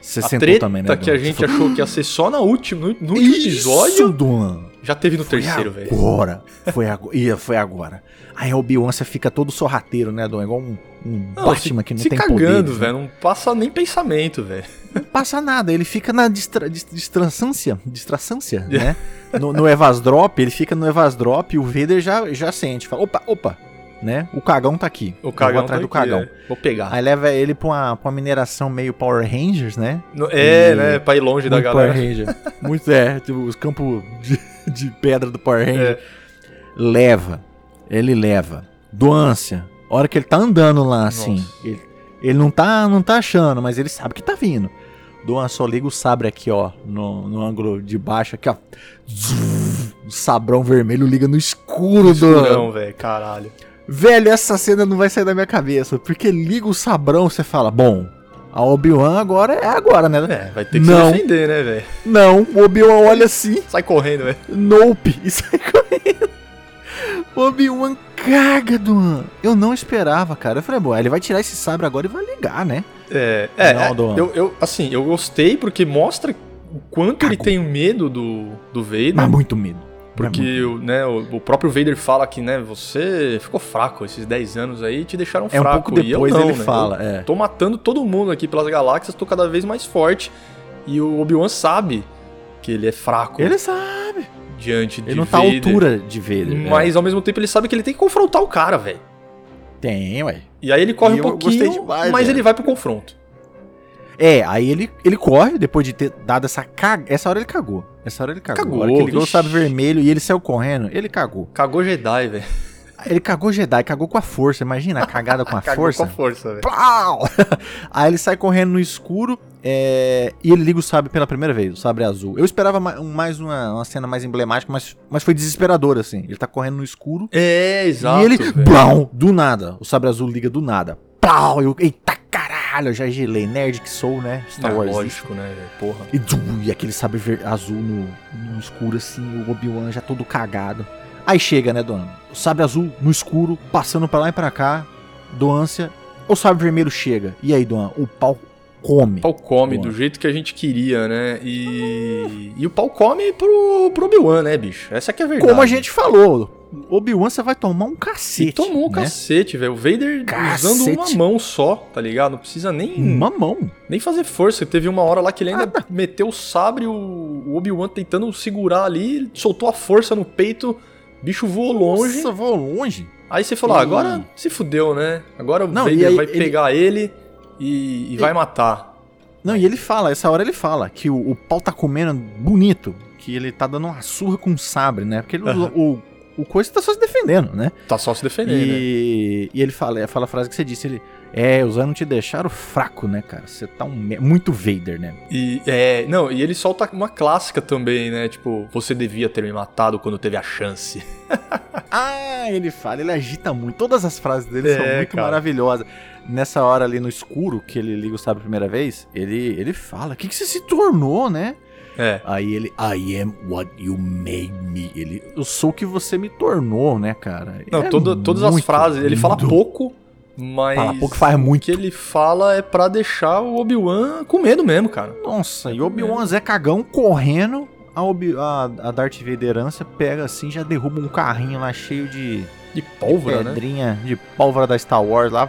S1: Você
S2: a
S1: sentou
S2: treta
S1: também, né?
S2: que a gente achou que ia ser só na última, no, no último
S1: Isso,
S2: episódio,
S1: Duan.
S2: já teve no terceiro,
S1: foi
S2: velho.
S1: agora. Foi agora. Ia, foi agora. Aí o Beyoncé fica todo sorrateiro, né, Dom? É Igual um, um
S2: Não,
S1: Batman que não
S2: se
S1: tem
S2: cagando,
S1: poderes, né?
S2: velho. Não passa nem pensamento, velho.
S1: Não passa nada. Ele fica na distra, dis- distraçância,
S2: [laughs]
S1: distraçância, né? No, no Evasdrop, ele fica no Evasdrop e o Vader já, já sente. Fala, opa, opa, né? O cagão tá aqui.
S2: O
S1: Eu vou
S2: cagão
S1: atrás
S2: tá
S1: do
S2: aqui,
S1: cagão.
S2: é. Vou pegar.
S1: Aí leva ele pra uma, pra uma mineração meio Power Rangers, né?
S2: No- é,
S1: E-
S2: né? Pra ir longe da
S1: Muito Power
S2: galera.
S1: Ranger. Muito é, tipo, os campos de, [laughs] de pedra do Power Ranger.
S2: É.
S1: Leva. Ele leva. Doância. A hora que ele tá andando lá, assim.
S2: Nossa.
S1: Ele, ele não tá não tá achando, mas ele sabe que tá vindo. Doan só liga o sabre aqui, ó. No, no ângulo de baixo, aqui, ó. Zum. O sabrão vermelho liga no escuro, Doan.
S2: Não, velho, caralho.
S1: Velho, essa cena não vai sair da minha cabeça. Porque liga o sabrão, você fala, bom, a Obi-Wan agora é agora, né?
S2: É, vai ter que
S1: Não.
S2: se defender, né, velho?
S1: Não, o Obi-Wan olha assim.
S2: Sai correndo, velho.
S1: Nope [laughs] e sai correndo. O Obi-Wan caga, Duan. Eu não esperava, cara. Eu falei, bom, ele vai tirar esse sabre agora e vai ligar, né?
S2: É, é,
S1: Não,
S2: é,
S1: Dom.
S2: eu, eu, assim, eu gostei porque mostra o quanto ele
S1: Cagou.
S2: tem medo do, do Vader.
S1: Mas é muito medo.
S2: Porque o, né, o, o próprio Vader fala que, né, você ficou fraco esses 10 anos aí, te deixaram
S1: é, muito- é um
S2: fraco.
S1: pouco
S2: e eu
S1: depois
S2: não,
S1: ele
S2: né?
S1: fala,
S2: Eu
S1: é.
S2: tô matando todo mundo aqui pelas galáxias, tô cada vez mais forte. E o Obi-Wan sabe que ele é fraco
S1: Ele sabe.
S2: diante de
S1: Ele não tá à
S2: Vader,
S1: altura de Vader. né?
S2: Mas ao mesmo tempo ele sabe que ele tem que confrontar o cara, velho.
S1: É, Tem, ué.
S2: E aí ele corre
S1: E
S2: um
S1: eu gostei
S2: pouquinho,
S1: demais,
S2: mas
S1: velho.
S2: ele vai pro confronto.
S1: É, aí ele, ele corre depois de ter dado essa caga. Essa hora ele cagou. Essa hora ele cagou.
S2: Cagou,
S1: a hora que ele ligou o
S2: vixe.
S1: sabre vermelho e ele saiu correndo, ele cagou.
S2: Cagou Jedi, velho.
S1: Ele cagou Jedi, cagou com a força. Imagina a cagada com a
S2: [laughs] Cagou
S1: força.
S2: com a força, velho.
S1: Plau! [laughs] Aí ele sai correndo no escuro é, e ele liga o sabre pela primeira vez, o sabre azul. Eu esperava ma- um- mais uma, uma cena mais emblemática, mas, mas foi desesperador, assim. Ele tá correndo no escuro
S2: É, exato.
S1: e ele,
S2: velho.
S1: plau, do nada. O sabre azul liga do nada. Plau! Eu, eita caralho, eu já gelei. Nerd que sou, né?
S2: Ah,
S1: Star Wars.
S2: lógico, né, velho? Porra.
S1: E, zum, e aquele sabre ver- azul no, no escuro, assim, o Obi-Wan já todo cagado. Aí chega, né, Doan? O sabre azul no escuro, passando pra lá e pra cá, doância. O sabre vermelho chega. E aí, Doan, o pau come.
S2: O pau come
S1: Boa.
S2: do jeito que a gente queria, né? E, e o pau come pro, pro Obi-Wan, né, bicho? Essa que é a verdade.
S1: Como a gente falou, Obi-Wan você vai tomar um
S2: E
S1: cacete.
S2: tomou um
S1: né?
S2: cacete, velho. O Vader
S1: Cacete.
S2: usando uma mão só, tá ligado? Não precisa nem,
S1: Uma mão.
S2: nem fazer força. Teve uma hora lá que ele ainda meteu o sabre, o- o Obi-Wan tentando segurar ali, ele soltou a força no peito, o bicho voou longe.
S1: Nossa, vou longe.
S2: Aí você falou, ah,
S1: E-
S2: agora se fudeu, né? Agora o
S1: Não, e
S2: Vader
S1: aí
S2: vai
S1: ele-
S2: pegar ele e, e vai matar.
S1: Não, e ele fala, essa hora ele fala que o, o pau tá comendo bonito, que ele tá dando uma surra com o sabre, né? Porque ele-
S2: Aham.
S1: o, o coisa tá só se defendendo, né?
S2: Tá só se defendendo, né?
S1: E, e ele fala, é, fala a frase que você disse, ele. É, os anos te deixaram fraco, né, cara? Você tá um. me- Muito Vader, né?
S2: E é, não, e ele solta uma clássica também, né? Tipo, você devia ter me matado quando teve a chance. [laughs]
S1: Ah, ele fala, ele agita muito. Todas as frases dele são
S2: É,
S1: muito
S2: cara.
S1: maravilhosas. Nessa hora ali no escuro, que ele liga o sabre a primeira vez, ele, ele fala: O que, que você se tornou, né?
S2: É.
S1: Aí ele, I am what you made me. Ele, eu sou o que você me tornou, né, cara?
S2: Não,
S1: É
S2: toda- todas as
S1: muito
S2: frases, ele fala
S1: lindo.
S2: pouco, mas
S1: Fala pouco, faz
S2: o
S1: muito.
S2: que ele fala é pra deixar o Obi-Wan com medo mesmo, cara.
S1: Nossa,
S2: É
S1: e Obi-Wan Zé Cagão correndo, a, Obi a, a Darth Vaderança pega assim, já derruba um carrinho lá cheio de,
S2: De pólvora, né?
S1: pedrinha, de pólvora da Star Wars lá.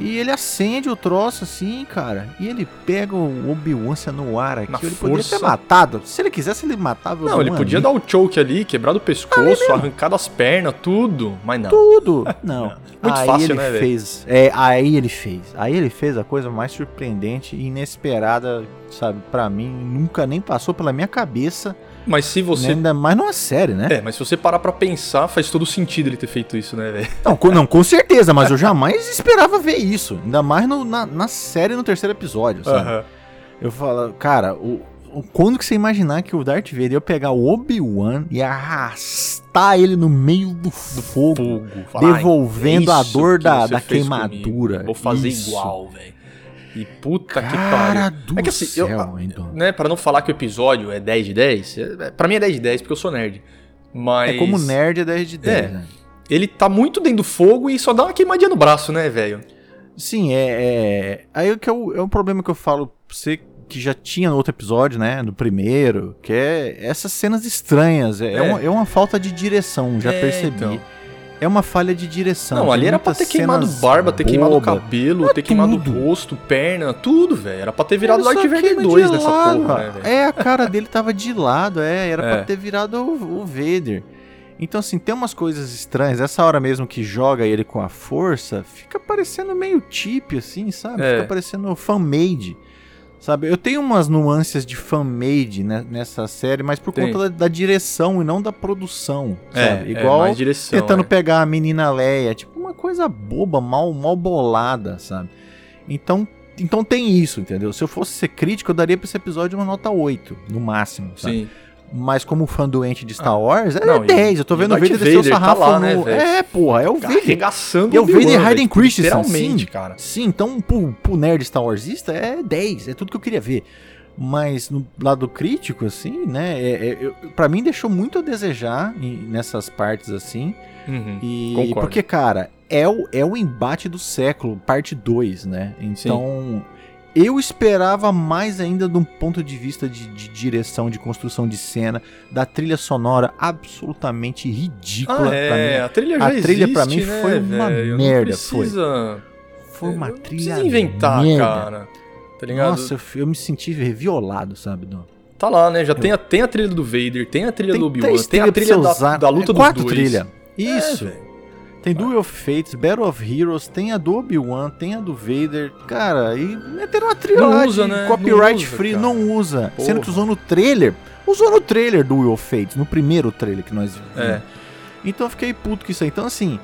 S1: E ele acende o troço assim, cara, e ele pega o Obi-Wan assim, no ar aqui.
S2: Na
S1: ele
S2: força.
S1: podia ter matado. Se ele quisesse, ele matava o
S2: Não, ele
S1: Obi-Wan
S2: podia
S1: ali.
S2: dar o choke ali, quebrar do pescoço, arrancar das pernas, tudo, mas
S1: [laughs]
S2: não. [laughs]
S1: tudo. Não.
S2: Muito
S1: aí
S2: fácil,
S1: ele
S2: né, velho?
S1: fez. É, aí ele fez. Aí ele fez a coisa mais surpreendente e inesperada, sabe, pra mim, nunca nem passou pela minha cabeça.
S2: Mas se você.
S1: Né? Ainda mais numa série, né?
S2: É, mas se você parar pra pensar, faz todo sentido ele ter feito isso, né, velho?
S1: Não, com, não, com certeza, mas eu jamais [laughs] esperava ver isso. Ainda mais no- na, na série, no terceiro episódio, sabe?
S2: [laughs] Aham.
S1: Eu falo, cara, o, o- quando que você imaginar que o Darth Vader ia pegar o Obi-Wan e arrastar ele no meio do fogo,
S2: Fogo. Fala, "Ai,
S1: devolvendo a
S2: isso
S1: dor
S2: que
S1: da,
S2: você
S1: da
S2: fez
S1: queimadura?
S2: comigo. Vou fazer
S1: Isso.
S2: igual, velho. E puta que
S1: Cara
S2: pariu.
S1: do
S2: É que assim, eu-
S1: céu, hein, Dom?
S2: Né, pra não falar que o episódio é 10 de 10, é- é- pra mim é 10 de 10 porque eu sou nerd. Mas
S1: É como nerd é 10 de 10,
S2: É.
S1: né?
S2: ele tá muito dentro do fogo e só dá uma queimadinha no braço, né, velho?
S1: Sim, é. é- Aí o que é o, é um problema que eu falo pra você que já tinha no outro episódio, né? No primeiro, que é essas cenas estranhas. É, é
S2: É.
S1: uma, é uma falta de direção, já
S2: É,
S1: percebi.
S2: então.
S1: É uma falha de direção.
S2: Não,
S1: Então, tem
S2: ali era pra ter
S1: muitas
S2: queimado
S1: cenas
S2: barba, ter queimado o
S1: boba.
S2: cabelo,
S1: É
S2: ter queimado o
S1: tudo.
S2: rosto, perna, tudo, velho. Era pra ter virado
S1: Ele só
S2: Darth Vader
S1: queima de
S2: 2 nessa
S1: lado.
S2: porra, né, velho?
S1: É, a cara dele tava de lado, é, era
S2: É.
S1: pra ter virado o, o Vader. Então, assim, tem umas coisas estranhas. Essa hora mesmo que joga ele com a força, fica parecendo meio cheap, assim, sabe?
S2: É.
S1: Fica parecendo fan-made. Sabe? Eu tenho umas nuances de fan-made né, nessa série, mas por
S2: Tem.
S1: conta da, da direção e não da produção. sabe?
S2: é,
S1: Igual
S2: mais direção,
S1: tentando
S2: é.
S1: pegar a menina Leia, tipo uma coisa boba, mal, mal bolada, sabe? Então, então tem isso, entendeu? Se eu fosse ser crítico, eu daria pra esse episódio uma nota 8, no máximo, sabe?
S2: Sim.
S1: Mas como fã doente de Star
S2: Ah,
S1: Wars, é
S2: não, e-
S1: 10, eu
S2: e
S1: tô
S2: o
S1: vendo o
S2: Darth
S1: Vader descer o
S2: Vader tá
S1: sarrafo
S2: lá, né,
S1: no...
S2: velho?
S1: é, porra, é o Vader.
S2: Arregaçando
S1: E é o
S2: Obi-Wan,
S1: Vader Hayden
S2: velho,
S1: Christensen,
S2: Literalmente,
S1: sim.
S2: cara.
S1: Sim, então pro, pro nerd Star Warsista é 10, é tudo que eu queria ver. Mas no lado crítico, assim, né, é, é, eu- pra mim deixou muito a desejar em- nessas partes, assim.
S2: Uhum.
S1: E
S2: Concordo.
S1: porque, cara, é o, é o embate do século, parte 2, né? Então, eu esperava mais ainda de um ponto de vista de, de direção, de construção de cena, da trilha sonora absolutamente ridícula
S2: Ah, é,
S1: pra mim.
S2: a trilha já
S1: a trilha pra
S2: existe,
S1: mim
S2: né,
S1: foi uma
S2: velho?
S1: merda,
S2: Não precisa,
S1: Foi uma
S2: não
S1: trilha.
S2: precisa inventar,
S1: merda.
S2: cara. Tá ligado?
S1: Nossa, eu, f- eu me senti violado, sabe? Dom?
S2: Tá lá, né? Já tem, a, tem a trilha do Vader, tem a trilha do Obi-Wan,
S1: três
S2: tem
S1: trilhas
S2: a
S1: pra
S2: trilha
S1: você
S2: da,
S1: usar,
S2: da luta
S1: é quatro
S2: dos dois.
S1: trilha.
S2: É,
S1: Isso.
S2: velho.
S1: Tem Duel of Fates, Battle of Heroes, tem a do Obi-Wan, tem a do Vader. Cara, e meteram uma trilha
S2: usa,
S1: de
S2: né? Não
S1: copyright
S2: usa,
S1: free,
S2: cara.
S1: não usa. Sendo
S2: Porra.
S1: que usou no trailer. Usou no trailer do Will of Fates, no primeiro trailer que nós vimos.
S2: É.
S1: Então eu fiquei puto com isso aí. Então, assim,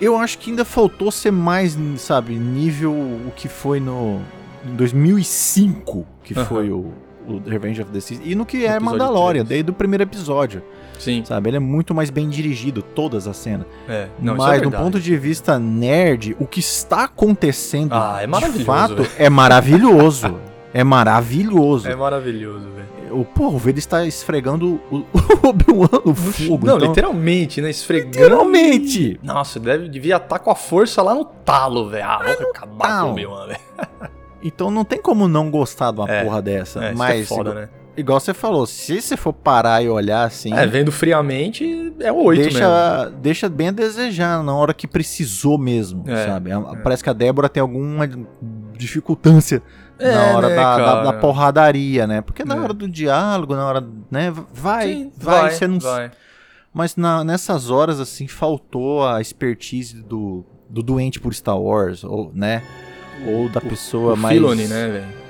S1: eu acho que ainda faltou ser mais, sabe, nível o que foi no. Em 2005, que
S2: Aham.
S1: foi o, o Revenge of the Sith. E no que
S2: No
S1: é
S2: episódio
S1: Mandalorian,
S2: três.
S1: desde o primeiro episódio.
S2: Sim.
S1: Sabe? Ele é muito mais bem dirigido, todas as cenas.
S2: É. Não, isso é
S1: Mas do
S2: verdade.
S1: um ponto de vista nerd, o que está acontecendo
S2: Ah, é
S1: de
S2: maravilhoso,
S1: fato
S2: velho.
S1: é maravilhoso. é maravilhoso.
S2: É maravilhoso, velho.
S1: O, porra, o Vader está esfregando o, [laughs] o Obi-Wan no fogo.
S2: Não,
S1: então-
S2: literalmente, né? Esfregando.
S1: Literalmente.
S2: Nossa, deve, devia estar com a força lá no talo, velho. Ah, vamos acabar
S1: talo.
S2: com o meu, velho.
S1: Então não tem como não gostar de uma
S2: É,
S1: porra dessa.
S2: É, isso
S1: mas,
S2: é foda,
S1: igual,
S2: né?
S1: igual você falou, se você for parar e olhar assim,
S2: É, vendo friamente, é o 8 mesmo.
S1: deixa, deixa bem a desejar na hora que precisou mesmo,
S2: É,
S1: sabe? A- Parece que a Débora tem alguma dificultância
S2: É,
S1: na hora
S2: né,
S1: da, da-
S2: cara?
S1: da porradaria, né? Porque na
S2: É.
S1: hora do diálogo, na hora, né? Vai,
S2: Sim,
S1: vai, você não...
S2: vai.
S1: Mas na- nessas horas, assim, faltou a expertise do, do doente por Star Wars, ou, né? Ou da pessoa
S2: O
S1: mais...
S2: Filone, né, velho?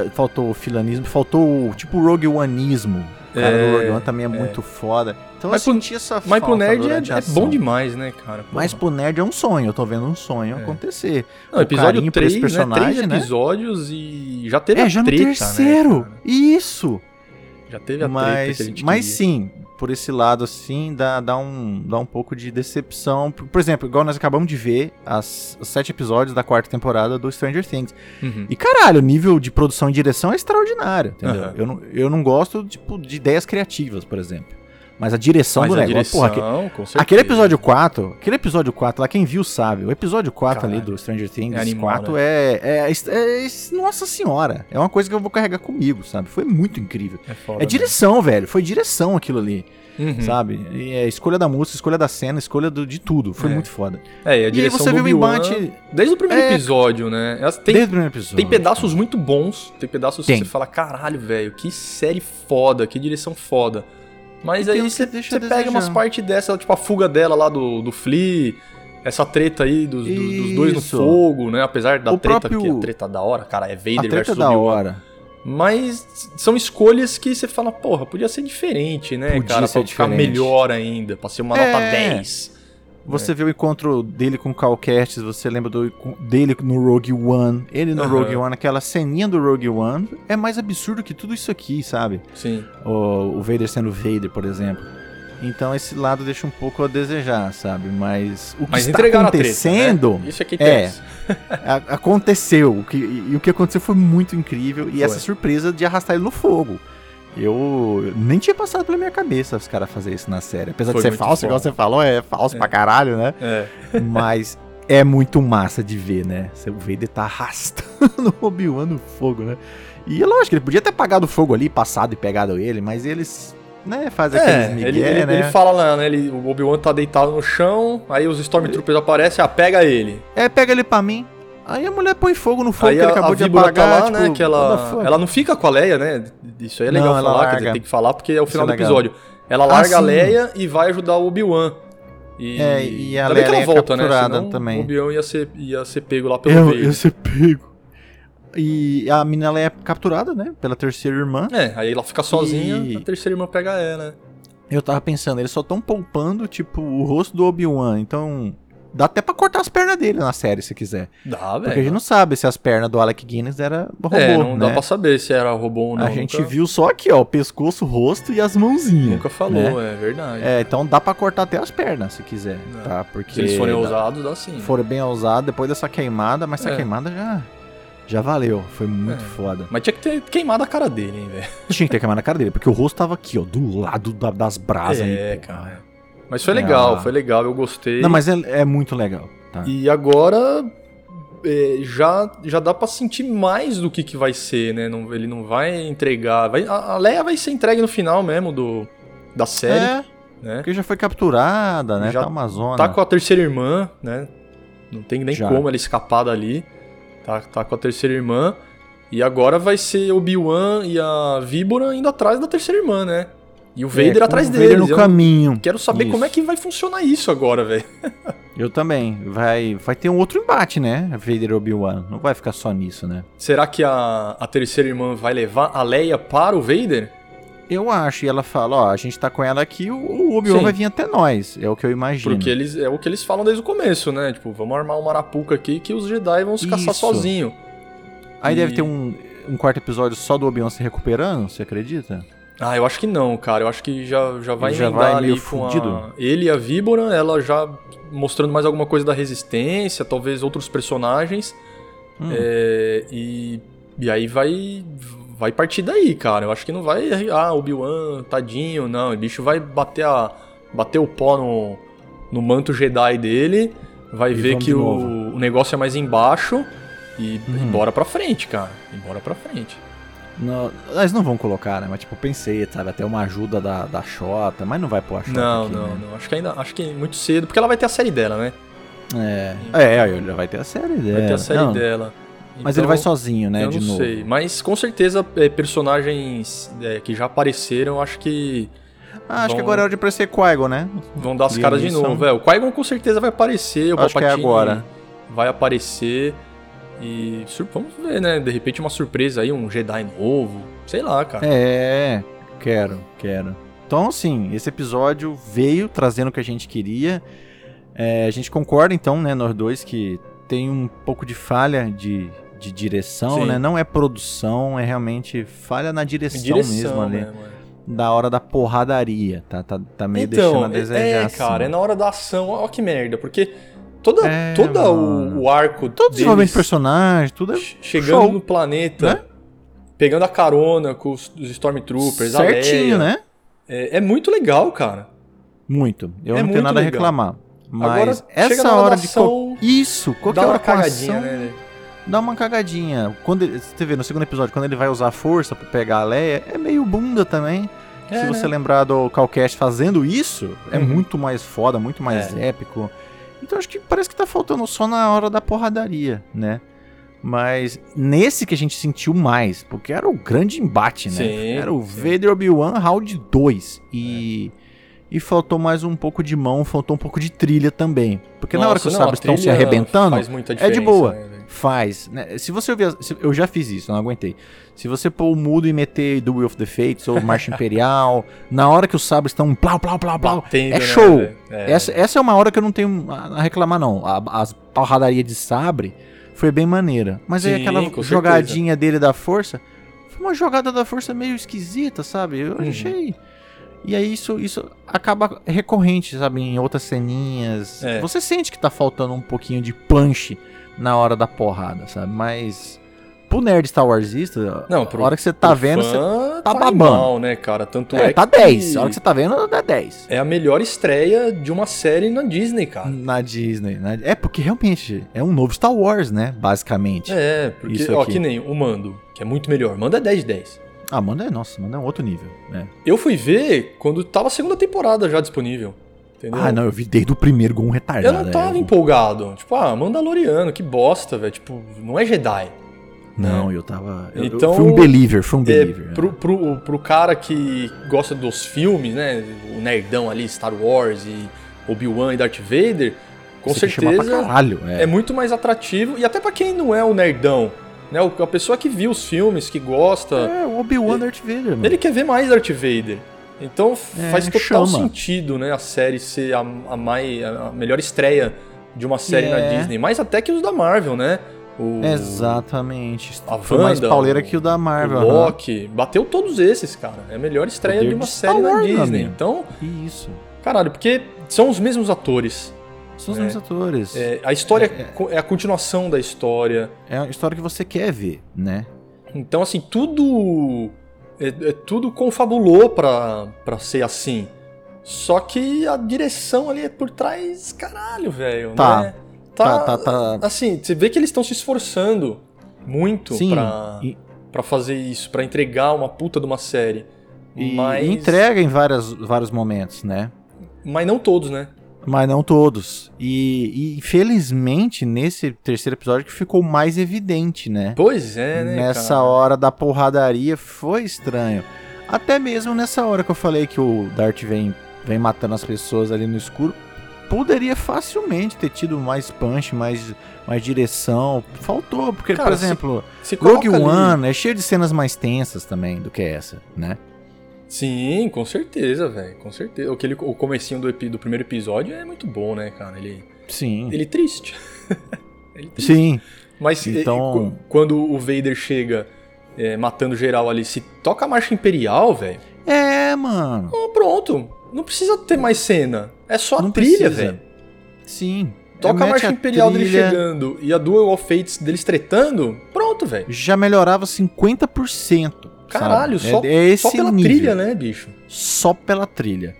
S1: Ele- Faltou o filanismo, faltou o tipo o Rogue Oneismo. O cara
S2: É,
S1: do Rogue One também é, muito foda. Então
S2: Mas
S1: eu
S2: pro-
S1: senti essa
S2: Mas
S1: falta
S2: pro nerd
S1: durante
S2: é,
S1: a
S2: é
S1: ação.
S2: bom demais, né, cara? Porra.
S1: Mas pro nerd é um sonho, eu tô vendo um sonho
S2: É.
S1: acontecer.
S2: Não,
S1: o
S2: episódio
S1: carinho por esse
S2: 3, né? Três
S1: personagem, né?
S2: episódios e já teve
S1: é,
S2: a
S1: já
S2: treta,
S1: no terceiro.
S2: Né,
S1: Isso!
S2: cara? já teve a treta que a
S1: mas
S2: gente
S1: mas
S2: queria.
S1: sim, por esse lado assim, dá, dá, um, dá um pouco de decepção. Por por exemplo, igual nós acabamos de ver as, os sete episódios da quarta temporada do Stranger Things.
S2: Uhum.
S1: E caralho, o nível de produção e direção é extraordinário, entendeu?
S2: Aham.
S1: Eu, não, eu não gosto, tipo, de ideias criativas, por exemplo. Mas a direção
S2: Mas
S1: do
S2: a
S1: negócio,
S2: direção,
S1: porra, aque-
S2: com certeza.
S1: aquele episódio 4, aquele episódio 4 lá, quem viu sabe, o episódio 4 ali
S2: Caralho.
S1: do Stranger Things
S2: É animal,
S1: 4 é, é, é- é- Nossa senhora, é uma coisa que eu vou carregar comigo, sabe? Foi muito incrível.
S2: é, foda,
S1: É direção, velho, foi direção aquilo ali,
S2: né? Uhum.
S1: sabe? E é escolha da música, escolha da cena, escolha do- de tudo, foi
S2: É.
S1: muito foda.
S2: É, e a
S1: E aí
S2: direção
S1: você
S2: do
S1: viu o
S2: Obi-Wan
S1: embate
S2: Desde o primeiro
S1: É.
S2: episódio, né? Elas- Tem,
S1: desde o primeiro episódio.
S2: tem pedaços muito bons, tem pedaços
S1: Tem.
S2: que você fala, caralho, velho, que série foda, que direção foda. Mas
S1: E tem
S2: aí
S1: uns que
S2: você
S1: deixa
S2: você
S1: a
S2: pega umas
S1: desejar.
S2: partes dessa, tipo a fuga dela lá do, do Flea, essa treta aí dos, dos- dos dois no
S1: Isso.
S2: fogo, né? Apesar da
S1: O
S2: treta que
S1: próprio-
S2: a treta da hora, cara, é
S1: A
S2: Vader
S1: treta
S2: versus
S1: da
S2: Obi-Wan.
S1: hora.
S2: Mas são escolhas que você fala, porra, podia ser diferente, né,
S1: Podia
S2: cara?
S1: ser
S2: pra ficar
S1: diferente.
S2: melhor ainda, pra ser uma
S1: É.
S2: nota 10. É.
S1: Você vê o encontro dele com o Cal Kestis, você lembra do- com- dele no Rogue One, ele no
S2: Aham.
S1: Rogue One, aquela ceninha do Rogue One, é mais absurdo que tudo isso aqui, sabe?
S2: Sim.
S1: O, o Vader sendo Vader, por exemplo. Então esse lado deixa um pouco a desejar, sabe? Mas o que
S2: Mas
S1: está
S2: entregaram a
S1: acontecendo
S2: treta, né? Isso aqui
S1: é.
S2: interessa.
S1: a- aconteceu. O que, e o que aconteceu foi muito incrível. E
S2: Foi.
S1: essa surpresa de arrastar ele no fogo. Eu eu nem tinha passado pela minha cabeça os caras fazerem isso na série. Apesar
S2: Foi
S1: de ser
S2: muito
S1: falso, igual
S2: foda.
S1: você falou, é falso pra caralho, né?
S2: É.
S1: Mas é muito massa de ver, né? Você- O Vader tá arrastando [laughs] o Obi-Wan no fogo, né? E é lógico, ele podia ter apagado o fogo ali, passado e pegado ele, mas eles, né, fazem aqueles migué,
S2: É, ele, ele-
S1: né?
S2: ele fala lá, né? Ele, o Obi-Wan tá deitado no chão, aí os Stormtroopers aparecem, ah, pega ele.
S1: É, pega ele pra mim. Aí a mulher põe fogo no fogo
S2: aí
S1: que ele
S2: a,
S1: acabou
S2: a
S1: de
S2: víbora
S1: apagar,
S2: tá lá, né?
S1: tipo, what the
S2: Que ela,
S1: fuck?
S2: ela não fica com a Leia, né? Isso aí é
S1: Não,
S2: legal
S1: ela
S2: falar, quer
S1: larga.
S2: dizer, tem que falar porque é o final
S1: Isso é
S2: do
S1: legal.
S2: episódio. Ela
S1: Ah,
S2: larga a
S1: sim.
S2: Leia e vai ajudar o Obi-Wan. E,
S1: É, e a Leia
S2: ainda bem que ela
S1: é
S2: volta, né?
S1: capturada
S2: Senão
S1: também.
S2: O Obi-Wan ia ser, ia ser pego lá pelo
S1: Eu,
S2: Vader.
S1: eu ser pego. E a menina ela é capturada, né? Pela terceira irmã.
S2: É, aí ela fica sozinha,
S1: E-
S2: a terceira irmã pega ela, né?
S1: Eu tava pensando, eles só tão poupando, tipo, o rosto do Obi-Wan. Então, dá até pra cortar as pernas dele na série, se quiser.
S2: Dá,
S1: Porque a gente
S2: velho.
S1: não sabe se as pernas do Alec Guinness era robô,
S2: É, não dá
S1: né?
S2: pra saber se era robô ou não.
S1: a gente
S2: nunca,
S1: viu só aqui, ó, o pescoço, o rosto e as mãozinhas.
S2: Nunca falou, é, verdade.
S1: É, então dá pra cortar até as pernas, se quiser,
S2: Dá.
S1: tá? Porque
S2: É. Se eles forem
S1: dá-
S2: ousados, dá sim. né?
S1: foram bem ousados depois dessa queimada, mas essa
S2: É.
S1: queimada já já valeu, foi muito
S2: É.
S1: foda.
S2: Mas tinha que ter queimado a cara dele, hein, velho.
S1: Tinha que ter queimado na cara dele, porque o rosto tava aqui, ó, do lado da- das brasas. aí, pô.
S2: É, Mas foi
S1: É,
S2: legal,
S1: a-
S2: foi legal, eu gostei.
S1: Não, mas é, é muito legal. Tá?
S2: E agora é, já, já dá pra sentir mais do que, que vai ser, né? Não- ele não vai entregar. vai- a a Leia vai ser entregue no final mesmo do, da série,
S1: É,
S2: né?
S1: porque já foi capturada, né?
S2: Já
S1: tá uma zona.
S2: Tá com a terceira irmã, né? Não tem nem
S1: Já.
S2: como ela escapar dali. Tá, tá com a terceira irmã. E agora vai ser Obi-Wan e a Víbora indo atrás da terceira irmã, né? E o Vader
S1: É,
S2: atrás
S1: com o Vader
S2: deles.
S1: no
S2: Eu
S1: caminho.
S2: quero saber
S1: Isso.
S2: como é que vai funcionar isso agora, velho.
S1: Eu também. Vai, vai ter um outro embate, né? Vader e Obi-Wan. Não vai ficar só nisso, né?
S2: Será que a, a terceira irmã vai levar a Leia para o Vader?
S1: Eu acho. E ela fala, ó, a gente tá com ela aqui, o- o Obi-Wan
S2: Sim.
S1: vai vir até nós. É o que eu imagino.
S2: Porque eles, é o que eles falam desde o começo, né? Tipo, vamos armar uma arapuca aqui que os Jedi vão se caçar
S1: Isso.
S2: sozinho.
S1: Aí
S2: E-
S1: deve ter um, um quarto episódio só do Obi-Wan se recuperando, você acredita?
S2: Ah, eu acho que não, cara. Eu acho que já, já vai
S1: Ele já
S2: emendar
S1: vai
S2: ali
S1: meio
S2: com a...
S1: fudido?
S2: ele e a Víbora, ela já mostrando mais alguma coisa da resistência, talvez outros personagens.
S1: Hum.
S2: É, e, e aí vai vai partir daí, cara. Eu acho que não vai. Ah, Obi-Wan, tadinho, não. O bicho vai bater, a, bater o pó no, no manto Jedi dele, vai
S1: E
S2: ver
S1: vamos
S2: que
S1: de
S2: o,
S1: novo.
S2: o negócio é mais embaixo e, e
S1: Uhum.
S2: bora pra frente, cara. E bora pra frente.
S1: Não, elas não vão colocar, né? Mas tipo, eu pensei, sabe? Até uma ajuda da, da Xota, mas não vai pôr a Xota
S2: Não,
S1: aqui,
S2: não,
S1: né?
S2: não. Acho que ainda acho que é muito cedo, porque ela vai ter a série dela, né?
S1: É, é, aí já vai ter a série dela.
S2: Vai ter a série
S1: É, Não,
S2: dela.
S1: Mas
S2: Então,
S1: ele vai sozinho, né?
S2: eu
S1: de
S2: não
S1: novo.
S2: sei. Mas com certeza é, personagens é, que já apareceram, acho que
S1: Ah, acho que
S2: Vão-
S1: agora é hora de aparecer Qui-Gon, né?
S2: vão dar as
S1: E
S2: caras de
S1: eles
S2: novo,
S1: são-
S2: velho. O Qui-Gon com certeza vai aparecer, o
S1: Acho que é
S2: Palpatine
S1: agora.
S2: vai aparecer. E sur- vamos ver, né? De repente uma surpresa aí, um Jedi novo. Sei lá, cara.
S1: É, quero, quero. Então, assim, esse episódio veio trazendo o que a gente queria. É, a gente concorda, então, né, nós dois, que tem um pouco de falha de, de direção,
S2: Sim.
S1: né? Não é produção, é realmente falha na direção, mesmo ali.
S2: né, mano?
S1: Da hora da porradaria, tá? Tá, tá meio deixando a
S2: Então,
S1: desejar.
S2: é,
S1: assim.
S2: cara, é na hora da ação. Ó, que merda, porque toda,
S1: É,
S2: toda o,
S1: mano.
S2: o arco.
S1: Todo desenvolvimento de
S2: deles-
S1: personagem, tudo é
S2: Che- Chegando
S1: Show.
S2: no planeta,
S1: Né?
S2: pegando a carona com os, os Stormtroopers, a Leia.
S1: certinho, né?
S2: É, é muito legal, cara.
S1: Muito. Eu
S2: É
S1: não tenho
S2: muito
S1: nada a
S2: legal.
S1: reclamar. Mas
S2: Agora, chega na
S1: essa
S2: hora da
S1: hora de.
S2: ação,
S1: co- Isso, qualquer
S2: Dá uma
S1: hora com é a
S2: cagadinha,
S1: ação,
S2: né?
S1: dá uma cagadinha. Quando ele, você vê no segundo episódio, quando ele vai usar a força pra pegar a Leia, é meio bunda também.
S2: É,
S1: Se
S2: né?
S1: você lembrar do Calcast fazendo isso, é
S2: Uhum. É.
S1: muito mais foda, muito mais épico. Então acho que parece que tá faltando só na hora da porradaria, né? Mas nesse que a gente sentiu mais, porque era o grande embate, né?
S2: Sim,
S1: era o
S2: sim.
S1: Vader Obi-Wan round 2 e
S2: É.
S1: e faltou mais um pouco de mão, faltou um pouco de trilha também. Porque na hora que
S2: Nossa,
S1: os
S2: não, a
S1: sabres estão se
S2: trilha
S1: um arrebentando, é
S2: faz muita
S1: de
S2: diferença,
S1: boa.
S2: né, velho?
S1: Faz. né? Se você ouvir. as- se- Eu já fiz isso, não aguentei. Se você pôr o mudo e meter Do Will of the Fates ou Marcha Imperial, na hora que os sabres estão plau, plau, plau, plau.
S2: Entendo,
S1: é
S2: né,
S1: show.
S2: velho? É.
S1: Essa, essa é uma hora que eu não tenho a a reclamar, não. A, as porradaria de sabre foi bem maneira. Mas aí
S2: Sim,
S1: aquela
S2: com certeza.
S1: jogadinha dele da força foi uma jogada da força meio esquisita, sabe? Eu
S2: Uhum.
S1: achei. E aí isso, isso acaba recorrente, sabe? Em outras ceninhas.
S2: É.
S1: Você sente que tá faltando um pouquinho de punch na hora da porrada, sabe? Mas. Pro nerd Star Warsista,
S2: Não, pro-
S1: a hora que você tá
S2: Pro
S1: vendo, você.
S2: fã,
S1: tá
S2: animal,
S1: babando.
S2: né, cara? Tanto é,
S1: É, tá
S2: que
S1: 10. A hora que você tá vendo, dá 10.
S2: É a melhor estreia de uma série na Disney, cara.
S1: Na Disney. na- É porque realmente é um novo Star Wars, né? Basicamente.
S2: É, porque,
S1: Isso
S2: ó,
S1: aqui.
S2: que nem o Mando, que é muito melhor. Mando é 10 de 10.
S1: Ah, manda é, nossa, manda é um outro nível. né?
S2: Eu fui ver quando tava a segunda temporada já disponível. Entendeu?
S1: Ah, não, eu vi desde o primeiro com um retardado.
S2: Eu não
S1: é,
S2: tava
S1: eu-
S2: empolgado. Tipo, ah, Mandaloriano, que bosta, velho. Tipo, não é Jedi.
S1: Não, eu tava. Eu,
S2: Então-
S1: então... Fui um believer, fui um
S2: É,
S1: believer. né?
S2: pro, pro, pro cara que gosta dos filmes, né? O nerdão ali, Star Wars e Obi-Wan e Darth Vader, com
S1: Você quer chamar Pra
S2: certeza
S1: caralho,
S2: é.
S1: é.
S2: muito mais atrativo. E até pra quem não é o nerdão, né? o- A pessoa que viu os filmes, que gosta,
S1: É, o Obi-Wan Darth Vader, mano.
S2: ele quer ver mais Darth Vader. Então
S1: Hum. É,
S2: faz total
S1: chama.
S2: sentido, né? A série ser a, a, mai, a a melhor estreia de uma série na
S1: É.
S2: Disney. Mais até que os da Marvel, né? O,
S1: Exatamente.
S2: A
S1: Foi mais
S2: Wanda,
S1: pauleira
S2: o-
S1: que o da Marvel.
S2: o Loki, bateu todos esses, cara. É a melhor estreia
S1: Poder
S2: de uma
S1: de
S2: série
S1: Star
S2: na
S1: Wars, meu
S2: Disney.
S1: amigo.
S2: Então,
S1: aham. Isso.
S2: caralho, porque são os mesmos atores.
S1: São os
S2: É.
S1: mesmos atores. É.
S2: É, a história co- é, a continuação da história.
S1: a história que você quer ver, né?
S2: Então, assim, tudo. É, é tudo confabulou pra, pra ser assim. Só que a direção ali é por trás, caralho, velho.
S1: Tá.
S2: né?
S1: Tá, tá, tá.
S2: Assim, você vê que eles estão se esforçando muito
S1: Sim.
S2: pra,
S1: E-
S2: pra fazer isso, pra entregar uma puta de uma série.
S1: E,
S2: mas...
S1: e entrega em várias, vários momentos, né?
S2: Mas não todos, né?
S1: Mas não todos. E, e infelizmente, nesse terceiro episódio que ficou mais evidente, né?
S2: Pois é, né?
S1: Nessa
S2: cara?
S1: hora da porradaria foi estranho. Até mesmo nessa hora que eu falei que o Dart vem, vem matando as pessoas ali no escuro, poderia facilmente ter tido mais punch, mais, mais direção. Faltou, porque,
S2: Cara,
S1: por
S2: se-
S1: exemplo,
S2: Se
S1: Rogue
S2: coloca ali-
S1: One é cheio de cenas mais tensas também do que essa, né?
S2: Sim, com certeza, velho. Com certeza. Aquele, o comecinho do, epi- do primeiro episódio é muito bom, né, cara? Ele,
S1: Sim.
S2: ele
S1: [laughs]
S2: é triste. ele é triste.
S1: Sim.
S2: Mas eh,
S1: Então-
S2: qu- quando o Vader chega eh, matando geral ali, se toca a marcha imperial, velho,
S1: É, mano.
S2: ó, pronto. Não precisa ter mais cena. É só a
S1: Não
S2: trilha,
S1: precisa.
S2: velho.
S1: Sim.
S2: Toca a
S1: Mete
S2: marcha imperial dele
S1: trilha,
S2: chegando e a Duel of Fates deles tretando, pronto, velho.
S1: Já melhorava 50%.
S2: Caralho,
S1: sabe?
S2: só,
S1: é, é esse
S2: só pela
S1: nível.
S2: trilha, né, bicho?
S1: só pela trilha.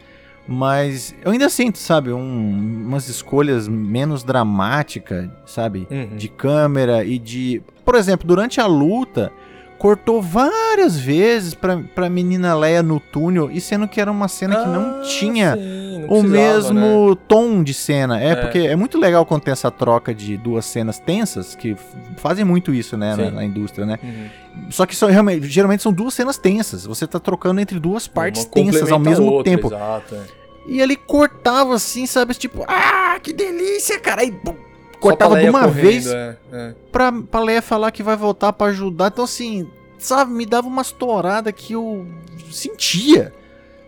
S1: Mas eu ainda sinto, sabe, um- umas escolhas menos dramáticas, sabe?
S2: Uhum.
S1: De câmera e de. Por exemplo, durante a luta, cortou várias vezes pra, pra menina Leia no túnel, e sendo que era uma cena que não
S2: Ah,
S1: tinha
S2: sim, não
S1: o
S2: precisava, né?
S1: mesmo tom de cena. É,
S2: É.
S1: porque é muito legal quando tem essa troca de duas cenas tensas, que f- fazem muito isso, né, na,
S2: Sim.
S1: na indústria, né?
S2: Uhum.
S1: Só que são, realmente- geralmente são duas cenas tensas. Você tá trocando entre duas partes
S2: Uma
S1: tensas ao
S2: complementa a
S1: mesmo
S2: outra,
S1: tempo.
S2: Exato, é. Só
S1: E ele cortava assim, sabe? Tipo, ah, que delícia, cara. E bum, cortava
S2: pra
S1: de
S2: Leia
S1: uma
S2: correndo,
S1: vez
S2: é, é.
S1: pra, pra Leia falar que vai voltar pra ajudar. Então, assim, sabe? Me dava umas touradas que eu sentia.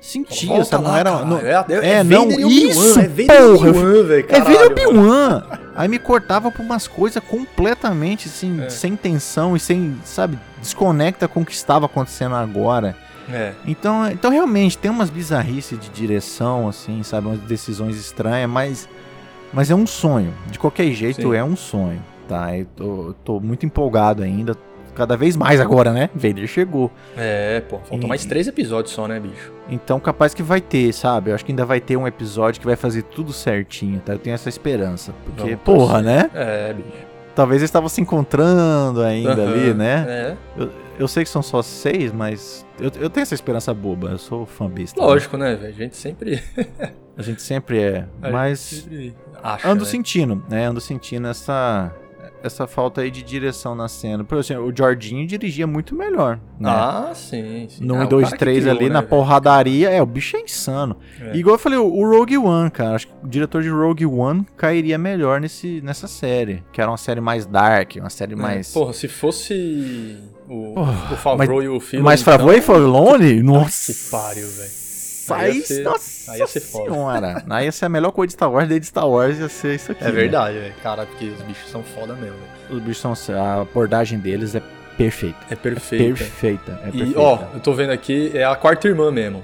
S1: Sentia,
S2: Volta
S1: sabe? Não
S2: lá,
S1: era.
S2: caralho.
S1: Não,
S2: é,
S1: é, não,
S2: Vader e Obi-Wan,
S1: isso,
S2: é Vader e
S1: porra,
S2: Obi-Wan, velho,
S1: é
S2: caralho,
S1: Vader
S2: mano.
S1: Obi-Wan! Aí me cortava pra umas coisas completamente assim,
S2: É.
S1: sem tensão e sem, sabe, desconecta com o que estava acontecendo agora.
S2: É.
S1: Então, então realmente tem umas bizarrices de direção, assim, sabe? Umas decisões estranhas, mas, mas é um sonho. De qualquer jeito,
S2: Sim.
S1: é um sonho, tá? Eu tô, eu tô muito empolgado ainda. Cada vez mais agora, né? [laughs] Vader chegou.
S2: É, pô, faltam
S1: E-
S2: mais três episódios só, né, bicho?
S1: Então, capaz que vai ter, sabe? Eu acho que ainda vai ter um episódio que vai fazer tudo certinho, tá? Eu tenho essa esperança. Porque,
S2: Vamos
S1: porra, né?
S2: É, bicho.
S1: Talvez eles estavam se encontrando ainda ali,
S2: Aham,
S1: né?
S2: É,
S1: Eu, eu sei que são só seis, mas eu, eu tenho essa esperança boba. Eu sou fambista. né?
S2: lógico, né, velho? A gente sempre,
S1: A gente sempre é.
S2: A
S1: Mas
S2: sempre acha,
S1: ando
S2: né?
S1: sentindo, né? Ando sentindo essa, essa falta aí de direção na cena. Por exemplo, o Jorginho dirigia muito melhor. Né? Um
S2: Ah, sim, sim.
S1: no
S2: ah,
S1: 1
S2: o
S1: 2
S2: cara que
S1: 3
S2: criou,
S1: ali
S2: né,
S1: na
S2: velho?
S1: porradaria. É, o bicho é insano.
S2: É.
S1: Igual eu falei, o- o Rogue One, cara. Acho que o diretor de Rogue One cairia melhor nesse, nessa série. Que era uma série mais dark, uma
S2: É,
S1: série mais.
S2: Porra, se fosse o,
S1: Porra,
S2: o Favreau e o Filho.
S1: mas é pra Voi for Lone? Nossa.
S2: então, que pariu, velho. Aí
S1: Aí,
S2: ia ser-
S1: nossa
S2: aí ia ser foda.
S1: senhora. Aí ia ser a melhor coisa de Star Wars, desde Star Wars ia ser isso aqui.
S2: É
S1: né?
S2: verdade, velho. Cara, porque os bichos são foda mesmo, velho.
S1: Os bichos são. assim, A abordagem deles é perfeita.
S2: É perfeito. velho.
S1: Perfeita. É perfeita.
S2: E, ó, eu tô vendo aqui, é a quarta irmã mesmo.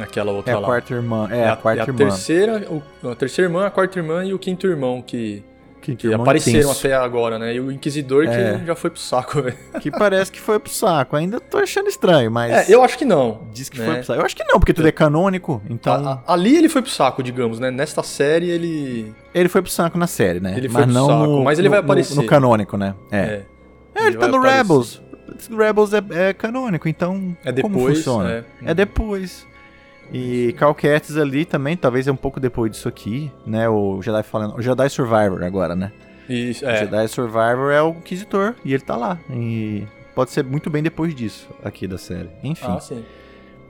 S2: Aquela
S1: é
S2: outra
S1: a
S2: lá.
S1: quarta irmã. É, a quarta irmã.
S2: Terceira, o- não, a terceira irmã, a quarta irmã e o quinto irmão que,
S1: Quinta
S2: que
S1: irmã
S2: apareceram
S1: intenso.
S2: até agora, né? E o Inquisidor
S1: É.
S2: que já foi pro saco, velho.
S1: Que parece que foi pro saco. Ainda tô achando estranho, mas.
S2: É, eu acho que não.
S1: Diz que
S2: né? Ah,
S1: foi pro saco. Eu acho que não, porque tudo é canônico. Então.
S2: A- a- ali ele foi pro saco, digamos, né? Nesta série ele.
S1: Ele foi pro saco na série, né?
S2: ah. Ele
S1: mas
S2: foi pro
S1: não
S2: saco,
S1: no-
S2: mas ele vai
S1: no- no-
S2: aparecer.
S1: No canônico, né? É. É, ele, tá
S2: vai
S1: no
S2: aparecer.
S1: Rebels. Rebels é, é canônico, então.
S2: É
S1: Como
S2: depois.
S1: funciona?
S2: né?
S1: É depois. E Calquetes ali também, talvez é um pouco depois disso aqui, né? O Jedi falando. O Jedi Survivor agora, né?
S2: Isso,
S1: O
S2: é.
S1: Jedi Survivor é o Inquisitor e ele tá lá. E pode ser muito bem depois disso aqui da série. Enfim.
S2: Ah, sim.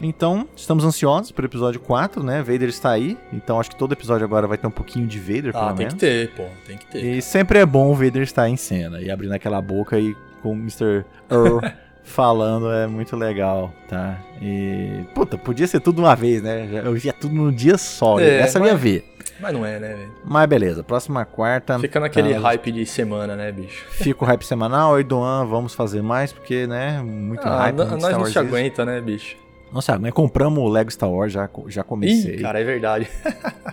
S1: Então, estamos ansiosos pro episódio 4, né? Vader está aí. Então acho que todo episódio agora vai ter um pouquinho de Vader, pelo
S2: Ah, tem
S1: menos.
S2: que ter, pô. Tem que ter.
S1: E sempre é bom o Vader estar em cena e abrindo aquela boca e com o Mr.
S2: [laughs]
S1: Earl falando é muito legal, tá? E puta, podia ser tudo uma vez, né? Eu via tudo num dia só.
S2: É,
S1: essa eu ia ver.
S2: Mas não é, né, velho?
S1: Mas beleza, próxima quarta.
S2: Fica naquele
S1: tá,
S2: hype de semana, né, bicho?
S1: Fica o hype semanal, e Doan, vamos fazer mais, porque, né, muito
S2: Ah,
S1: hype.
S2: n-
S1: muito
S2: nós
S1: Star
S2: não
S1: Wars
S2: se
S1: isso.
S2: aguenta, né, bicho?
S1: Nossa, mas né? compramos o Lego Star Wars, já, co- já comecei.
S2: Ih, cara, é verdade.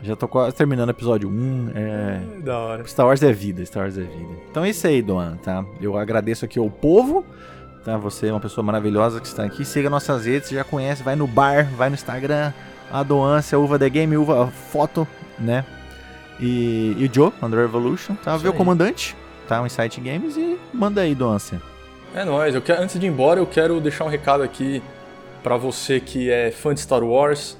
S1: Já tô quase terminando o episódio 1. É,
S2: [laughs] da hora.
S1: Star Wars é vida, Star Wars é vida. Então é isso aí, Doan, tá? Eu agradeço aqui ao povo, tá? Você é uma pessoa maravilhosa que está aqui. Siga nossas redes, você já conhece, vai no bar, vai no Instagram. A Doan, se é uva The Game, uva foto, né? E, e o Joe, Under Evolution, tá?
S2: Isso
S1: Vê o
S2: aí.
S1: comandante, tá? O Insight Games e manda aí, Doância.
S2: É nóis. Eu quero, antes de ir embora, eu quero deixar um recado aqui pra você que é fã de Star Wars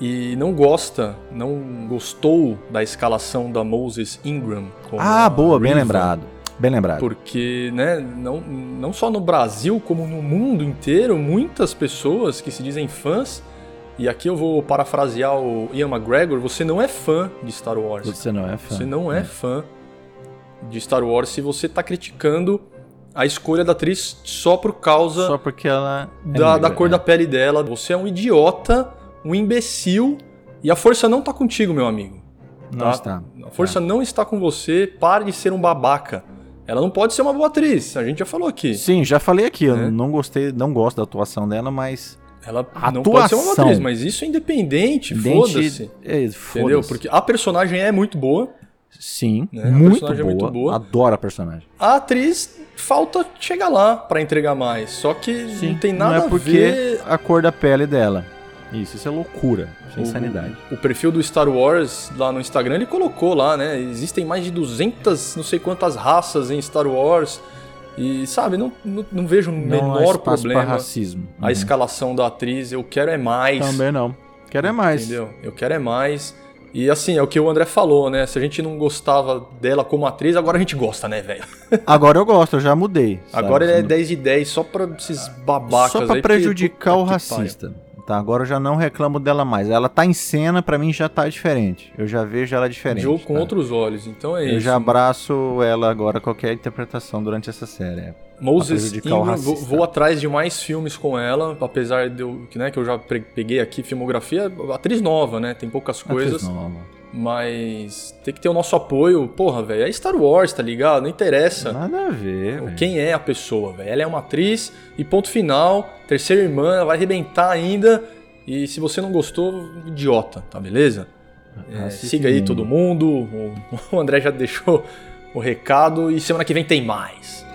S2: e não gosta, não gostou da escalação da Moses Ingram. como
S1: Ah,
S2: a
S1: boa, bem
S2: Riva.
S1: lembrado. Bem lembrado.
S2: Porque, né, não, não só no Brasil, como no mundo inteiro, muitas pessoas que se dizem fãs, e aqui eu vou parafrasear o Ian McGregor, você não é fã de Star Wars.
S1: Você não é fã.
S2: Você não é fã de Star Wars se você tá criticando a escolha da atriz só por causa
S1: Só porque ela. é
S2: da,
S1: negra,
S2: da cor
S1: né?
S2: da pele dela. Você é um idiota, um imbecil, e a força não tá contigo, meu amigo.
S1: Não
S2: tá?
S1: está.
S2: A
S1: É.
S2: força não está com você, pare de ser um babaca. Ela não pode ser uma boa atriz, a gente já falou aqui.
S1: Sim, já falei aqui,
S2: É.
S1: eu não gostei, não gosto da atuação dela, mas.
S2: Ela não
S1: Atuação.
S2: pode ser uma boa atriz, mas isso é independente, foda-se.
S1: É,
S2: Entendeu?
S1: foda-se.
S2: Porque a personagem é muito boa,
S1: Sim,
S2: né, a
S1: muito, boa,
S2: personagem é muito boa.
S1: Adoro a personagem.
S2: a atriz falta chegar lá pra entregar mais. Só que não tem nada
S1: Não é porque
S2: a ver
S1: a cor da pele dela. Isso, isso é loucura. Isso é insanidade.
S2: O perfil do Star Wars lá no Instagram, ele colocou lá, né? Existem mais de 200, não sei quantas raças em Star Wars. E, sabe, não, não, não vejo o
S1: Não há
S2: menor
S1: espaço pra
S2: problema
S1: racismo. Uhum.
S2: a escalação da atriz. Eu quero é mais.
S1: Também não. Quero é mais.
S2: Entendeu? Eu quero é mais. E assim, é o que o André falou, né? Se a gente não gostava dela como atriz, agora a gente gosta, né, velho?
S1: Agora eu gosto, eu já mudei. sabe?
S2: Agora ele é
S1: Não-
S2: 10 de 10 só pra esses babacas
S1: Só pra
S2: aí, porque,
S1: prejudicar
S2: puta
S1: o
S2: que
S1: racista. Tá, agora eu já não reclamo dela mais. Ela tá em cena, pra mim já tá diferente. Eu já vejo ela
S2: pariu.
S1: diferente.
S2: É um Jogo com
S1: tá?
S2: outros olhos, então é
S1: Eu
S2: isso.
S1: já abraço ela agora, qualquer interpretação durante essa série. é. pra
S2: Moses
S1: prejudicar o
S2: Ingram,
S1: racista.
S2: vou, vou atrás de mais filmes com ela, apesar de eu, que, né, que eu já pre- peguei aqui filmografia, atriz nova, né? Tem poucas coisas,
S1: Atriz nova.
S2: mas tem que ter o nosso apoio. Porra, velho, é Star Wars, tá ligado? Não interessa.
S1: Nada a ver. velho.
S2: Quem é a pessoa, velho? Ela é uma atriz e ponto final. Terceira irmã, ela vai arrebentar ainda. E se você não gostou, idiota, tá beleza? É,
S1: Assiste um
S2: siga aí
S1: ninguém.
S2: todo mundo. O, o [laughs] André já deixou o recado e semana que vem tem mais.